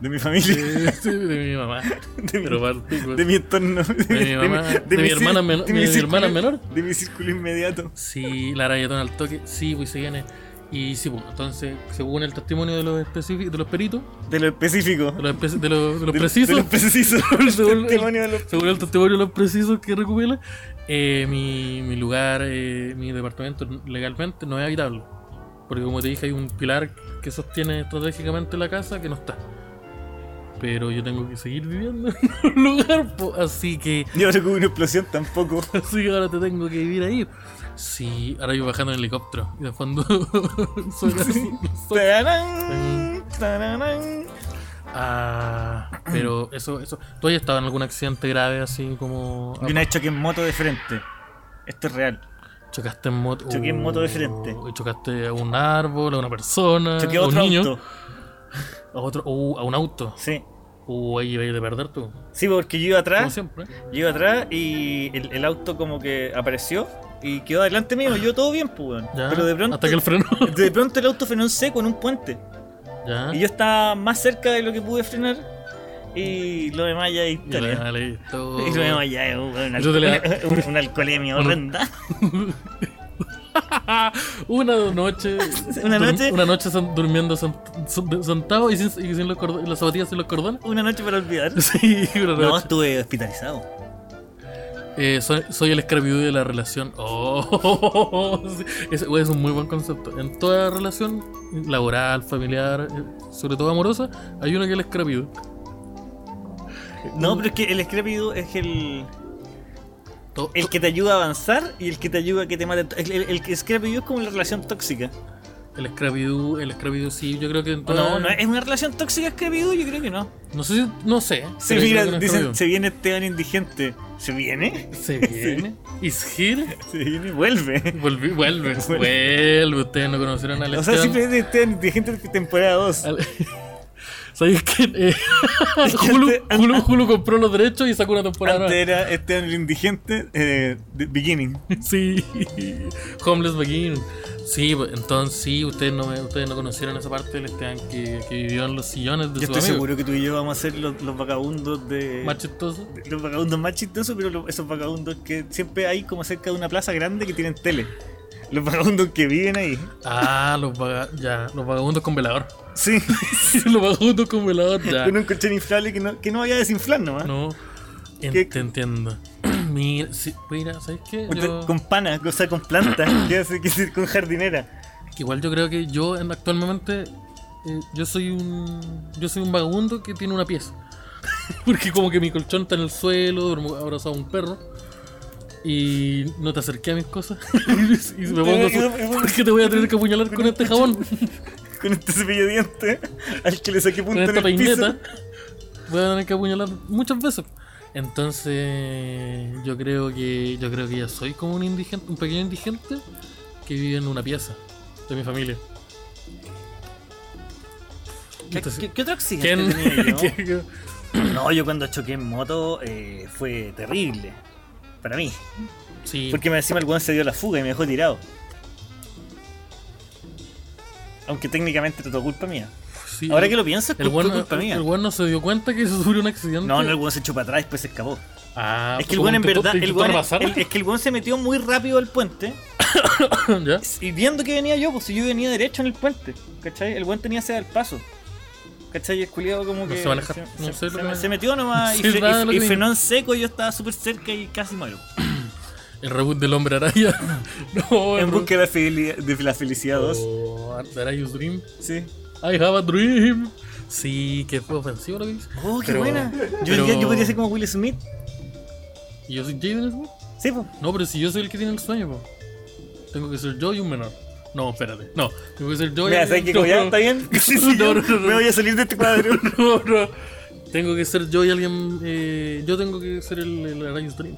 Speaker 3: De mi familia.
Speaker 1: de, de mi mamá.
Speaker 3: De mi,
Speaker 1: Pero aparte, pues,
Speaker 3: de mi entorno. De,
Speaker 1: mi mamá, de mi hermana menor- de mi hermana menor.
Speaker 3: De mi círculo inmediato.
Speaker 1: Sí, la rayatona al toque. Sí, pues se viene. Y sí, pues, entonces, según el testimonio de los específicos, de los peritos,
Speaker 3: De lo específico.
Speaker 1: de los, espe- de los, de los
Speaker 3: De-
Speaker 1: precisos,
Speaker 3: De lo preciso. El
Speaker 1: Según-
Speaker 3: testimonio de lo-
Speaker 1: según el testimonio de los precisos que recopila, eh, mi, mi lugar, eh, mi departamento legalmente no es habitable. Porque como te dije, hay un pilar que sostiene estratégicamente la casa que no está. Pero yo tengo que seguir viviendo en un lugar, po, así que
Speaker 3: Y ahora con una explosión tampoco.
Speaker 1: Así que ahora te tengo que vivir ahí. Sí, ahora yo bajando en helicóptero. Y de fondo suena así.
Speaker 3: Tararán, tararán.
Speaker 1: Ah, pero eso, eso. ¿Tú has estado en algún accidente grave así como.
Speaker 3: Y una vez choqué en moto de frente. Esto es real.
Speaker 1: Chocaste en moto. uh,
Speaker 3: Choqué en moto de frente.
Speaker 1: Y chocaste a un árbol, a una persona,
Speaker 3: Choqué
Speaker 1: a Ah, un
Speaker 3: otro
Speaker 1: niño.
Speaker 3: auto.
Speaker 1: A otro, uh, a un auto.
Speaker 3: Sí.
Speaker 1: Uh, ahí vais de perder tú.
Speaker 3: Sí, porque yo iba
Speaker 1: Como
Speaker 3: atrás.
Speaker 1: siempre.
Speaker 3: Yo iba atrás y el, el auto como que apareció y quedó adelante mío. Yo todo bien, pues, weón.
Speaker 1: Ya,
Speaker 3: Pero de pronto.
Speaker 1: Hasta que el freno.
Speaker 3: De pronto el auto frenó en seco en un puente.
Speaker 1: ya.
Speaker 3: Y yo estaba más cerca de lo que pude frenar. Y lo demás ya es
Speaker 1: Y le-
Speaker 3: historia.
Speaker 1: le- todo.
Speaker 3: Y lo demás ya es una,
Speaker 1: Eso te le-
Speaker 3: una- una alcoholemia horrenda.
Speaker 1: Una noche.
Speaker 3: Una
Speaker 1: dur-
Speaker 3: noche.
Speaker 1: Una noche sen- durmiendo sen- sen- sentado y sin, y sin los cordo- las zapatillas sin los cordones.
Speaker 3: Una noche para olvidar.
Speaker 1: Sí, una
Speaker 3: No,
Speaker 1: noche.
Speaker 3: estuve hospitalizado.
Speaker 1: Eh, soy, soy el escravitud de la relación. Oh, sí. Ese, güey, es un muy buen concepto. En toda relación laboral, familiar, eh, sobre todo amorosa, hay uno que es el escravitud.
Speaker 3: No, pero es que el Scrappy Doo es el,
Speaker 1: To-
Speaker 3: el
Speaker 1: to-
Speaker 3: que te ayuda a avanzar y el que te ayuda a que te maten. El, el, el Scrappy Doo es como la relación tóxica.
Speaker 1: El escravitud, el escravitud, sí, yo creo que en
Speaker 3: ¿O
Speaker 1: toda-
Speaker 3: Oh, No, no, ¿es una relación tóxica Scrappy Doo? Yo creo que no.
Speaker 1: No sé, si- no sé.
Speaker 3: Se
Speaker 1: pero yo
Speaker 3: mira,
Speaker 1: creo que no es
Speaker 3: dicen,
Speaker 1: escravitud.
Speaker 3: se viene Esteban indigente. ¿Se viene?
Speaker 1: Se viene. Is here.
Speaker 3: Se viene, vuelve.
Speaker 1: Volvi- vuelve, vuelve. Ustedes no conocieron al
Speaker 3: O sea,
Speaker 1: Esteban.
Speaker 3: siempre es de Esteban indigente de temporada 2.
Speaker 1: Al- ¿Sabéis qué? Eh, Hulu,
Speaker 3: antes-
Speaker 1: Hulu- Hulu compró los derechos y sacó una temporada.
Speaker 3: Antes era Esteban el indigente eh, de Beginning.
Speaker 1: Sí. Homeless Begin. Sí, pues, entonces sí, ustedes no, me- ustedes no conocieron esa parte del Esteban que, que vivió en los sillones de
Speaker 3: Yo
Speaker 1: su
Speaker 3: estoy
Speaker 1: amigo.
Speaker 3: seguro que tú y yo vamos a ser los, los vagabundos de.
Speaker 1: Más chistoso.
Speaker 3: de- Los vagabundos más chistosos, pero los- esos vagabundos que siempre hay como cerca de una plaza grande que tienen tele. Los vagabundos que viven ahí.
Speaker 1: Ah, los, vaga- ya, los vagabundos con velador.
Speaker 3: Sí,
Speaker 1: los vagabundos con velador, ya.
Speaker 3: con un colchón inflable que no, que no vaya a desinflar nomás.
Speaker 1: No, en-
Speaker 3: ¿Qué?
Speaker 1: te entiendo. mira, sí, mira, ¿sabes qué?
Speaker 3: Con-
Speaker 1: Yo-
Speaker 3: Con panas, o sea, con plantas. ¿Qué hace que hacer con jardinera?
Speaker 1: Que Igual yo creo que yo en- actualmente eh, yo soy un yo soy un vagabundo que tiene una pieza. Porque como que mi colchón está en el suelo, duermo abrazado a un perro. Y no te acerqué a mis cosas. y me pongo su- Porque te voy a tener que apuñalar con este jabón,
Speaker 3: Con este cepillo de dientes al que le saqué
Speaker 1: con
Speaker 3: punta en
Speaker 1: esta
Speaker 3: el
Speaker 1: peineta.
Speaker 3: piso.
Speaker 1: Voy a tener que apuñalar muchas veces. Entonces, yo creo que yo creo que ya soy como un indigente, un pequeño indigente que vive en una pieza de mi familia.
Speaker 3: ¿Qué, qué- qué otro accidente
Speaker 1: ¿Quién?
Speaker 3: tenía yo?
Speaker 1: ¿Qué-
Speaker 3: No, yo cuando choqué en moto eh, fue terrible. Para mí.
Speaker 1: Sí,
Speaker 3: Porque me encima el weón se dio la fuga y me dejó tirado. Aunque técnicamente no todo culpa mía.
Speaker 1: pues, sí,
Speaker 3: Ahora
Speaker 1: el-
Speaker 3: que lo pienso, es
Speaker 1: el
Speaker 3: culpa,
Speaker 1: weón,
Speaker 3: culpa mía.
Speaker 1: el weón no se dio cuenta que se sufrió un accidente.
Speaker 3: No, no, el weón se echó para atrás y después se escapó.
Speaker 1: Ah,
Speaker 3: es que el
Speaker 1: como
Speaker 3: weón en
Speaker 1: te-
Speaker 3: verdad.
Speaker 1: te
Speaker 3: El
Speaker 1: intentó
Speaker 3: weón,
Speaker 1: rebasar.
Speaker 3: el- es que el weón se metió muy rápido al puente.
Speaker 1: ¿Ya?
Speaker 3: Y viendo que venía yo, pues si yo venía derecho en el puente. ¿Cachai? El weón tenía sed al paso. ¿Cachai? Y el culiado como
Speaker 1: No
Speaker 3: que.
Speaker 1: sé manejar,
Speaker 3: se,
Speaker 1: no
Speaker 3: se-
Speaker 1: sé lo
Speaker 3: se-
Speaker 1: que-
Speaker 3: se metió nomás
Speaker 1: Sí,
Speaker 3: y, fre-
Speaker 1: nada
Speaker 3: y-
Speaker 1: lo
Speaker 3: y
Speaker 1: que-
Speaker 3: frenó en seco. Y yo estaba súper cerca y casi muero.
Speaker 1: El reboot del hombre araña. no, el
Speaker 3: En
Speaker 1: re-
Speaker 3: busca de la, felicidad- de la felicidad 2.
Speaker 1: Oh, Araya's Dream.
Speaker 3: Sí.
Speaker 1: I have a dream. Sí, que fue ofensivo lo que hice.
Speaker 3: Oh, qué
Speaker 1: Pero-
Speaker 3: buena. Yo,
Speaker 1: pero-
Speaker 3: yo- yo podría ser como Will Smith.
Speaker 1: ¿Y yo soy Jaden Smith?
Speaker 3: Sí, pues.
Speaker 1: No, pero si yo soy el que tiene el sueño, po. tengo que ser yo y un menor. No, espérate. No, tengo que ser yo y
Speaker 3: Mira, ¿sabes qué? Como ya
Speaker 1: no,
Speaker 3: está bien. Sí, sí,
Speaker 1: No,
Speaker 3: yo
Speaker 1: no, no, no.
Speaker 3: Me voy a salir de este cuadro.
Speaker 1: no, no. Tengo que ser yo y alguien. eh, yo tengo que ser el, el Araya's Dream.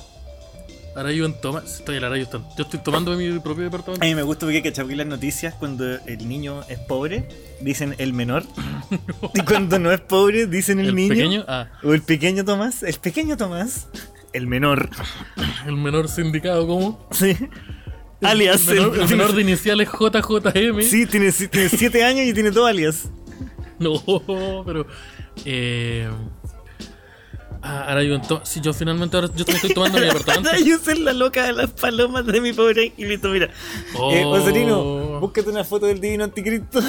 Speaker 1: Arayo en toma. Estoy el Arayo. está- Yo estoy tomando mi propio
Speaker 3: A
Speaker 1: departamento.
Speaker 3: mí me gusta porque cachau que en las noticias cuando el niño es pobre dicen el menor y cuando no es pobre dicen el, niño
Speaker 1: pequeño. Ah,
Speaker 3: o el pequeño Tomás, el pequeño Tomás, el menor,
Speaker 1: el menor sindicado, ¿cómo?
Speaker 3: sí. alias,
Speaker 1: El menor,
Speaker 3: el-
Speaker 1: el menor de iniciales JJM.
Speaker 3: sí tiene, sí, tiene siete años y tiene dos alias.
Speaker 1: No, pero. Eh, ah, Arayo en toma. Si yo finalmente ahora yo me estoy tomando mi departamento.
Speaker 3: Yo soy la loca de las palomas de mi pobre angelito, mira.
Speaker 1: Oh.
Speaker 3: Eh, Marcelino, búscate una foto del divino anticristo.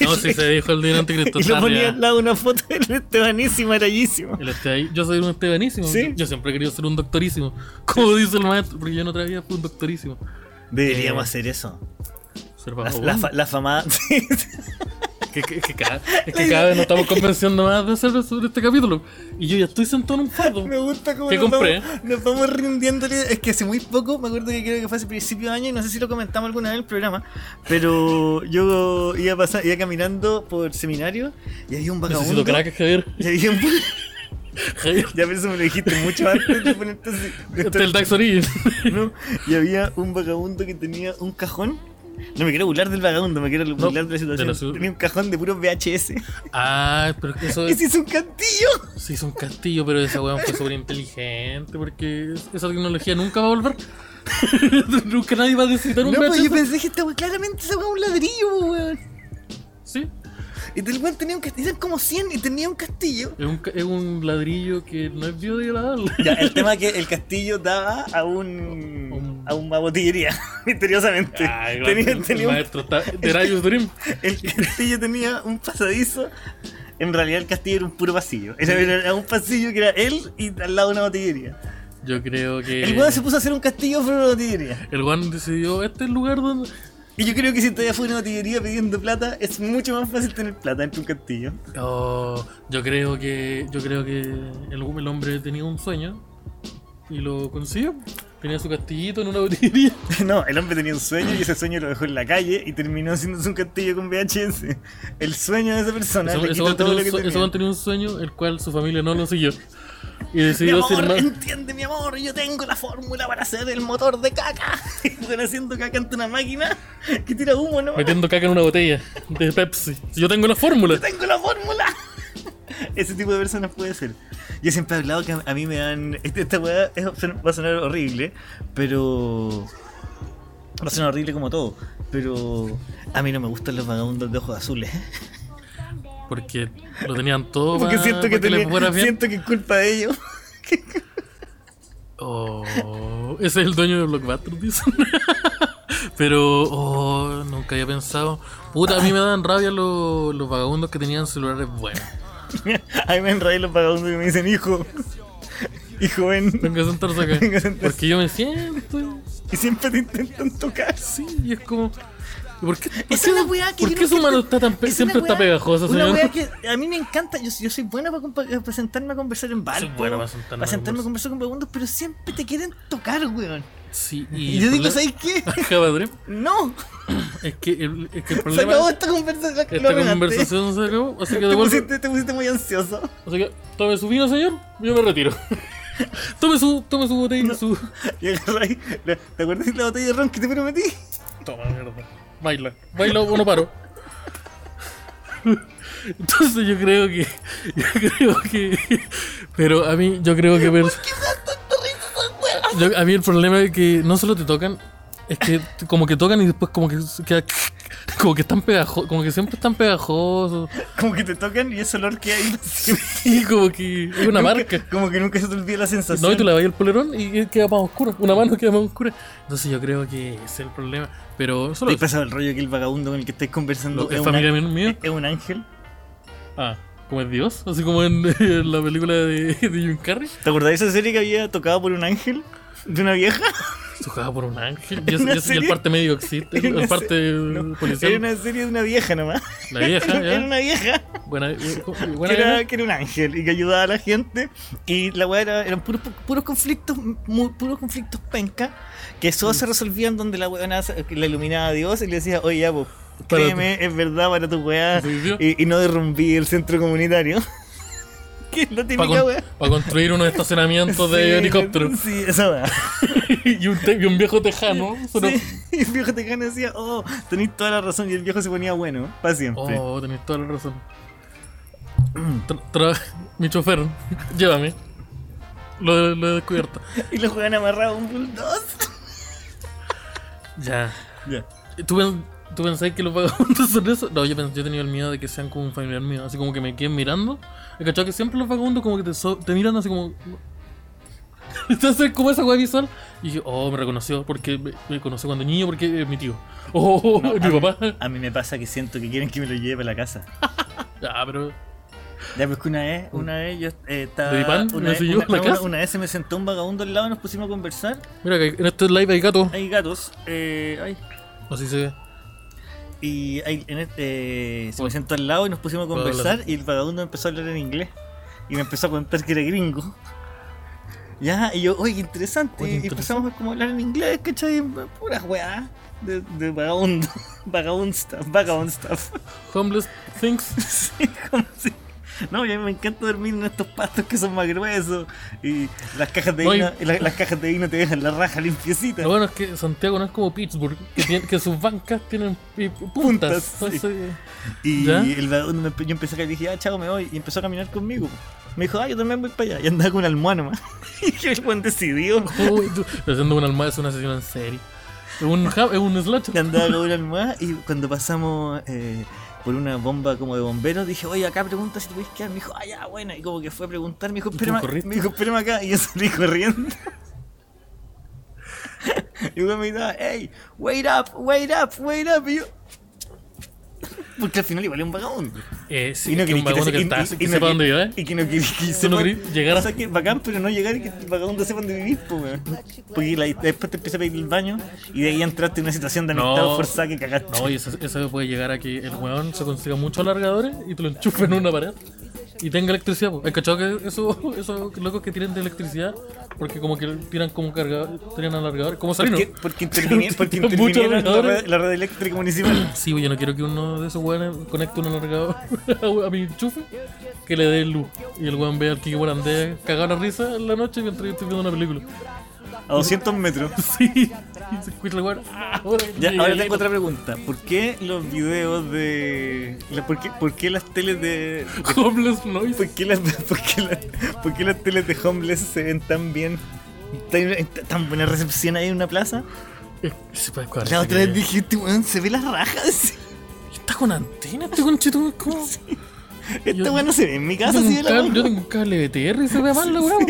Speaker 1: No, si se dijo el día anticristo.
Speaker 3: y
Speaker 1: está
Speaker 3: lo ponía
Speaker 1: real.
Speaker 3: al lado una foto del Estebanísimo, arayísimo.
Speaker 1: El este ahí. Yo soy un estebanísimo.
Speaker 3: Sí.
Speaker 1: Yo siempre he querido ser un doctorísimo. Como dice el maestro, porque yo no otra vida fui un doctorísimo.
Speaker 3: Deberíamos
Speaker 1: Eh,
Speaker 3: hacer eso.
Speaker 1: Ser
Speaker 3: La,
Speaker 1: vagabundo.
Speaker 3: la fa- la famada. sí,
Speaker 1: Oh. Que- que- que cada- es que cada vez nos estamos convenciendo más de hacer sobre este capítulo. Y yo ya estoy sentado en un fardo.
Speaker 3: Me gusta cómo
Speaker 1: ¿Qué
Speaker 3: nos,
Speaker 1: compré?
Speaker 3: Vamos, nos vamos rindiéndole. Es que hace muy poco, me acuerdo que creo que fue hace principio de año, y no sé si lo comentamos alguna vez en el programa, pero yo iba, pasa- iba caminando por seminario y había un vagabundo.
Speaker 1: Necesito crack, Javier.
Speaker 3: y había un-
Speaker 1: Javier.
Speaker 3: ya pero eso me lo dijiste mucho antes de ponerte así. de
Speaker 1: Este es el Dax Origin.
Speaker 3: estar- ¿no? Y había un vagabundo que tenía un cajón. No me quiero burlar del vagabundo, me quiero burlar de la situación.
Speaker 1: de la su-
Speaker 3: Tenía un cajón de puros VHS.
Speaker 1: Ah, pero que eso
Speaker 3: ¡Ese es un cantillo!
Speaker 1: se hizo un castillo, pero esa weón fue súper inteligente porque es- esa tecnología nunca va a volver. nunca nadie va a necesitar un
Speaker 3: No, pues yo
Speaker 1: VHS.
Speaker 3: pensé que esta weá claramente se un ladrillo, weón.
Speaker 1: Sí,
Speaker 3: Y el weón tenía un castillo, eran como 100 y tenía un castillo.
Speaker 1: es un, ca- es un ladrillo que no es biodegradable.
Speaker 3: Ya, el tema es que el castillo daba a un.
Speaker 1: Un- Ah,
Speaker 3: a una botillería, misteriosamente.
Speaker 1: Ay, weón,
Speaker 3: tenía,
Speaker 1: el,
Speaker 3: tenía un-
Speaker 1: maestro está de Rayos Dream.
Speaker 3: el castillo tenía un pasadizo. En realidad el castillo era un puro pasillo. Era, era un pasillo que era él y al lado una botillería.
Speaker 1: Yo creo que.
Speaker 3: El weón se puso a hacer un castillo fuera de una botillería.
Speaker 1: el weón decidió, este es el lugar donde.
Speaker 3: Y yo creo que si todavía fuera una botillería pidiendo plata, es mucho más fácil tener plata entre un castillo.
Speaker 1: Oh, yo creo que. Yo creo que el, el hombre tenía un sueño y lo consiguió. Tenía su castillito en una botillería.
Speaker 3: No, el hombre tenía un sueño y ese sueño lo dejó en la calle y terminó haciéndose un castillo con VHS. El sueño de esa persona
Speaker 1: Ese
Speaker 3: le
Speaker 1: ese
Speaker 3: quitó
Speaker 1: weón
Speaker 3: todo lo
Speaker 1: tenía
Speaker 3: que
Speaker 1: un sue- ese weón
Speaker 3: tenía.
Speaker 1: tenía un sueño el cual su familia no lo siguió. Y
Speaker 3: Mi
Speaker 1: decidió ser
Speaker 3: amor,
Speaker 1: más.
Speaker 3: entiende mi amor, yo tengo la fórmula para hacer el motor de caca. Y bueno, haciendo caca ante una máquina que tira humo, ¿no?
Speaker 1: metiendo caca en una botella de Pepsi. Si Yo tengo la fórmula.
Speaker 3: Yo tengo la fórmula. Ese tipo de personas puede ser. Yo siempre he hablado que a- a mí me dan. este- Esta weá es- va a sonar horrible, pero. Va a sonar horrible como todo. Pero. A mí no me gustan los vagabundos de ojos azules.
Speaker 1: Porque lo tenían todo.
Speaker 3: Porque
Speaker 1: pa-
Speaker 3: siento
Speaker 1: pa
Speaker 3: que,
Speaker 1: les
Speaker 3: tenía-
Speaker 1: fuera bien.
Speaker 3: siento que es culpa de ellos.
Speaker 1: Oh, ese es el dueño de Blockbuster, dicen. Pero oh, nunca había pensado. Puta, a mí me dan rabia los, los vagabundos que tenían celulares buenos.
Speaker 3: A mí me enrayan los vagabundos y me dicen, hijo. Hijo, ven.
Speaker 1: Tengo que sentarse acá.
Speaker 3: Tengo que sentarse.
Speaker 1: Porque yo me siento.
Speaker 3: Y siempre te intentan tocar.
Speaker 1: Sí, y es como. ¿y ¿Por qué, por
Speaker 3: Esa
Speaker 1: qué-
Speaker 3: es la weá que
Speaker 1: por
Speaker 3: yo
Speaker 1: qué
Speaker 3: no
Speaker 1: su mano
Speaker 3: entiendo.
Speaker 1: está tan pe-
Speaker 3: Es
Speaker 1: siempre
Speaker 3: una
Speaker 1: está
Speaker 3: weá-
Speaker 1: pegajosa,
Speaker 3: Una
Speaker 1: señor?
Speaker 3: weá que a mí me encanta. Yo, yo soy buena para, compa- para sentarme a conversar en bar.
Speaker 1: Soy buena para sentarme a
Speaker 3: a conversar con vagabundos, pero siempre te quieren tocar, weón.
Speaker 1: Sí,
Speaker 3: Y,
Speaker 1: y.
Speaker 3: yo
Speaker 1: el
Speaker 3: digo,
Speaker 1: problema-
Speaker 3: ¿sabes qué?
Speaker 1: Ajá, padre.
Speaker 3: No.
Speaker 1: Es que el, es que el
Speaker 3: Se acabó
Speaker 1: problema.
Speaker 3: esta conversación. lo
Speaker 1: Esta
Speaker 3: arruinaste.
Speaker 1: conversación se acabó. Así que
Speaker 3: Te
Speaker 1: devuelve.
Speaker 3: pusiste, te pusiste muy ansioso.
Speaker 1: Así que, tome su vino, señor. Yo me retiro. tome su, tome su botella. Su...
Speaker 3: Y agarráis. la- ¿Te acuerdas de la botella de ron que te prometí?
Speaker 1: Toma, mierda. Baila. Baila o no paro. Entonces yo creo que. Yo creo que. Pero a mí, yo creo que. pers- Yo- a mí el problema es que no solo te tocan, es que t- como que tocan y después como que se queda. Como que están pegajosos, como que siempre están pegajosos.
Speaker 3: Como que te tocan y ese olor que hay.
Speaker 1: Y como que hay una
Speaker 3: Nunca-
Speaker 1: marca.
Speaker 3: Como que nunca se te olvida la sensación.
Speaker 1: No, y tú le vas el polerón y queda más oscuro. Una mano queda más oscura. Entonces yo creo que ese es el problema. Pero
Speaker 3: ¿Te
Speaker 1: solo
Speaker 3: has pasado el rollo que el vagabundo con el que estáis conversando
Speaker 1: lo que
Speaker 3: es
Speaker 1: es
Speaker 3: un
Speaker 1: familia
Speaker 3: ángel?
Speaker 1: mía.
Speaker 3: ¿Es un ángel?
Speaker 1: Ah, como es Dios. Así como en, eh, la película de, de Jim Carrey.
Speaker 3: ¿Te acordás de esa serie que había tocado por un ángel? ¿De una vieja?
Speaker 1: Tocada por un ángel. Y, es-
Speaker 3: ¿En
Speaker 1: y es- y el
Speaker 3: serio?
Speaker 1: parte médico existe.
Speaker 3: ¿En
Speaker 1: El parte
Speaker 3: No,
Speaker 1: policial.
Speaker 3: Era una serie de una vieja nomás.
Speaker 1: La Mm, vieja,
Speaker 3: Era,
Speaker 1: ya.
Speaker 3: era una vieja
Speaker 1: Buena, eh, co- buena
Speaker 3: que era,
Speaker 1: gana.
Speaker 3: que era un ángel y que ayudaba a la gente. Y la weá era, eran puros, puros conflictos, muy, puros conflictos penca, que
Speaker 1: Mm.
Speaker 3: solo se resolvían donde la weá la iluminaba a Dios y le decía, oye, ya, pues,
Speaker 1: Para
Speaker 3: créeme, es verdad para tu weá.
Speaker 1: Sí, sí.
Speaker 3: Y, y no derrumbí el centro comunitario. que es la
Speaker 1: Para
Speaker 3: típica
Speaker 1: con-
Speaker 3: weá.
Speaker 1: para construir unos estacionamientos de
Speaker 3: Sí,
Speaker 1: helicóptero.
Speaker 3: Sí, esa weá.
Speaker 1: y, un te- y un viejo tejano. solo-
Speaker 3: Sí, y el viejo tejano decía, oh, tenéis toda la razón. Y el viejo se ponía bueno, para siempre.
Speaker 1: Oh, tenés toda la razón. Tra- tra- mi chofer, llévame. Lo, lo he descubierto.
Speaker 3: Y lo juegan amarrado a un bulldozer.
Speaker 1: Ya.
Speaker 3: Ya.
Speaker 1: ¿Tú, pen- tú pensás que los vagabundos son eso? No, yo, pens- yo he tenido el miedo de que sean como un familiar mío, así como que me queden mirando. He cachado que siempre los vagabundos como que te, so- te miran así como... Entonces como esa weá visual. Y yo, oh, me reconoció porque me, me conoció cuando niño porque es mi tío. Oh, oh, oh,
Speaker 3: No, ah.
Speaker 1: mi papá.
Speaker 3: A mí me pasa que siento que quieren que me lo lleve para la casa.
Speaker 1: Ah, pero...
Speaker 3: Ya, pues que una vez, una vez yo eh, estaba.
Speaker 1: ¿De pan? ¿Me
Speaker 3: Una vez,
Speaker 1: siguió
Speaker 3: una-
Speaker 1: a la
Speaker 3: no, una-
Speaker 1: casa?
Speaker 3: una vez se me sentó un vagabundo al lado y nos pusimos a conversar.
Speaker 1: Mira que en este live hay gato.
Speaker 3: Hay gatos. Eh, ay,
Speaker 1: Así se ve.
Speaker 3: y hay- en este- eh, se me sentó al lado y nos pusimos a
Speaker 1: Puedo hablar.
Speaker 3: conversar. Y el vagabundo empezó a hablar en inglés. Y me empezó a contar que era gringo. Ya, y yo, oye, qué interesante.
Speaker 1: Oye,
Speaker 3: y empezamos a como hablar en inglés, ¿cachai? Puras weá. De, de vagabundo. Vagabund stuff. Vagabund stuff.
Speaker 1: Homeless Things.
Speaker 3: Sí, como si- No, y a mí me encanta dormir en estos pastos que son más gruesos y las cajas de
Speaker 1: No, y-
Speaker 3: vino, y la- las cajas de vino te dejan la raja limpiecita.
Speaker 1: Lo bueno es que Santiago no es como Pittsburgh, que, tiene- que sus bancas tienen pi- puntas.
Speaker 3: Puntas, sí.
Speaker 1: Entonces,
Speaker 3: y
Speaker 1: ¿ya?
Speaker 3: el vagabundo me empe- yo empecé a caer y dije, ah, chavo, me voy. Y empezó a caminar conmigo. Me dijo, ah, yo también voy para allá. Y andaba con una almohada nomás. Y yo, el buen decidido.
Speaker 1: uy, tú- pero siendo un alma es una asesino en serie. Es un, ja- es un
Speaker 3: Y
Speaker 1: slasher.
Speaker 3: andaba con una almohada. Y cuando pasamos eh, por una bomba como de bomberos, dije, oye, acá pregunta si te puedes quedar. Me dijo, ah, ya, bueno. Y como que fue a preguntar, me dijo,
Speaker 1: tú
Speaker 3: espérame,
Speaker 1: corriste?
Speaker 3: me dijo, espérame acá. Y yo salí corriendo. Y el weón me gritaba, hey, wait up, wait up, wait up. Y yo. Porque al final igual es un vagabundo.
Speaker 1: Eh, sí,
Speaker 3: Y no
Speaker 1: es que un
Speaker 3: quería
Speaker 1: vagabundo que,
Speaker 3: que te-
Speaker 1: está,
Speaker 3: y- y-
Speaker 1: que
Speaker 3: y no
Speaker 1: sepa
Speaker 3: que-
Speaker 1: dónde vive, ¿eh?
Speaker 3: Y que no quería que
Speaker 1: no
Speaker 3: sepan.
Speaker 1: quería llegar a-
Speaker 3: O sea, que bacán, pero no llegar y que el vagabundo sepan dónde vivís, po, weón. Porque la- después te empieza a pedir el baño y de ahí entraste en una situación de amistad
Speaker 1: No.
Speaker 3: forzada que cagaste.
Speaker 1: No, y eso, eso puede llegar a que el weón se consiga muchos alargadores y te lo enchufe en una pared y tenga electricidad. po. ¿Has cachado que eso- esos locos que tiran de electricidad? Porque como que tiran como cargador, tiran alargadores, como
Speaker 3: ¿Por
Speaker 1: salino.
Speaker 3: qué? Porque intervinieron, porque
Speaker 1: Muchos
Speaker 3: intervinieron la,
Speaker 1: alargadores.
Speaker 3: red, la red eléctrica municipal.
Speaker 1: Sí, pues yo no quiero que uno de esos weones conecte un alargador a mi enchufe que le dé luz. Y el weón ve al Kiki Morandé cagado la risa en la noche mientras yo estoy viendo una película.
Speaker 3: A 200 metros.
Speaker 1: Sí, y se escucha el weón. "Ah, ahora
Speaker 3: Ya,
Speaker 1: llegué".
Speaker 3: ahora tengo otra pregunta. ¿Por qué los videos de. la- por, qué, por qué las teles de.
Speaker 1: Homeless noise.
Speaker 3: ¿Por qué las, por qué las, por qué las teles de homeless se ven tan bien? ¿Tan, tan buena recepción ahí en una plaza?
Speaker 1: Eh, sí, pues, parece
Speaker 3: La otra vez
Speaker 1: que-
Speaker 3: dije, este weón se ve las rajas.
Speaker 1: Está con antena este conchito. ¿Cómo?
Speaker 3: Este
Speaker 1: Yo-
Speaker 3: weón no se ve en mi
Speaker 1: Yo
Speaker 3: casa,
Speaker 1: tengo,
Speaker 3: así de
Speaker 1: un
Speaker 3: la
Speaker 1: cable, yo
Speaker 3: weón.
Speaker 1: tengo un cable BTR y se ve mal la weón.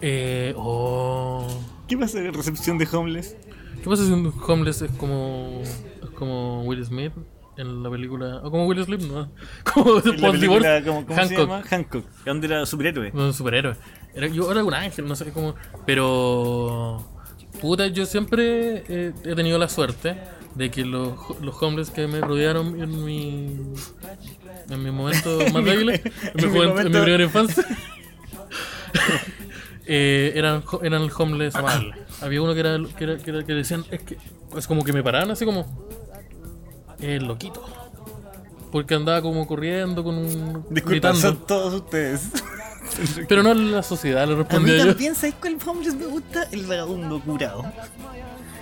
Speaker 1: Eh. Oh.
Speaker 3: ¿Qué pasa en recepción de homeless?
Speaker 1: ¿Qué pasa si un homeless es como, es como Will Smith en la película? O como Will Smith, ¿no? Como
Speaker 3: En la
Speaker 1: Post Divorce.
Speaker 3: película, ¿cómo, cómo se llama?
Speaker 1: Hancock.
Speaker 3: Hancock. ¿Dónde era superhéroe?
Speaker 1: Un superhéroe. Era, yo era un ángel, no sé cómo. Pero. Puta, yo siempre eh, he tenido la suerte de que los, los homeless que me rodearon en mi. En mi momento más débil, en, mi juventud-
Speaker 3: mi
Speaker 1: en mi
Speaker 3: momento-
Speaker 1: primera infancia. eh, eran, ho- eran homeless
Speaker 3: Ah,
Speaker 1: amables. Había uno que era, que era, que era- que decían, es que es como que me paraban así como el loquito. Porque andaba como corriendo con un
Speaker 3: Disculpa, son todos ustedes.
Speaker 1: Pero no la sociedad le
Speaker 3: A mí
Speaker 1: respondía yo.
Speaker 3: también, ¿sabes cuál homeless me gusta? El vagabundo curado.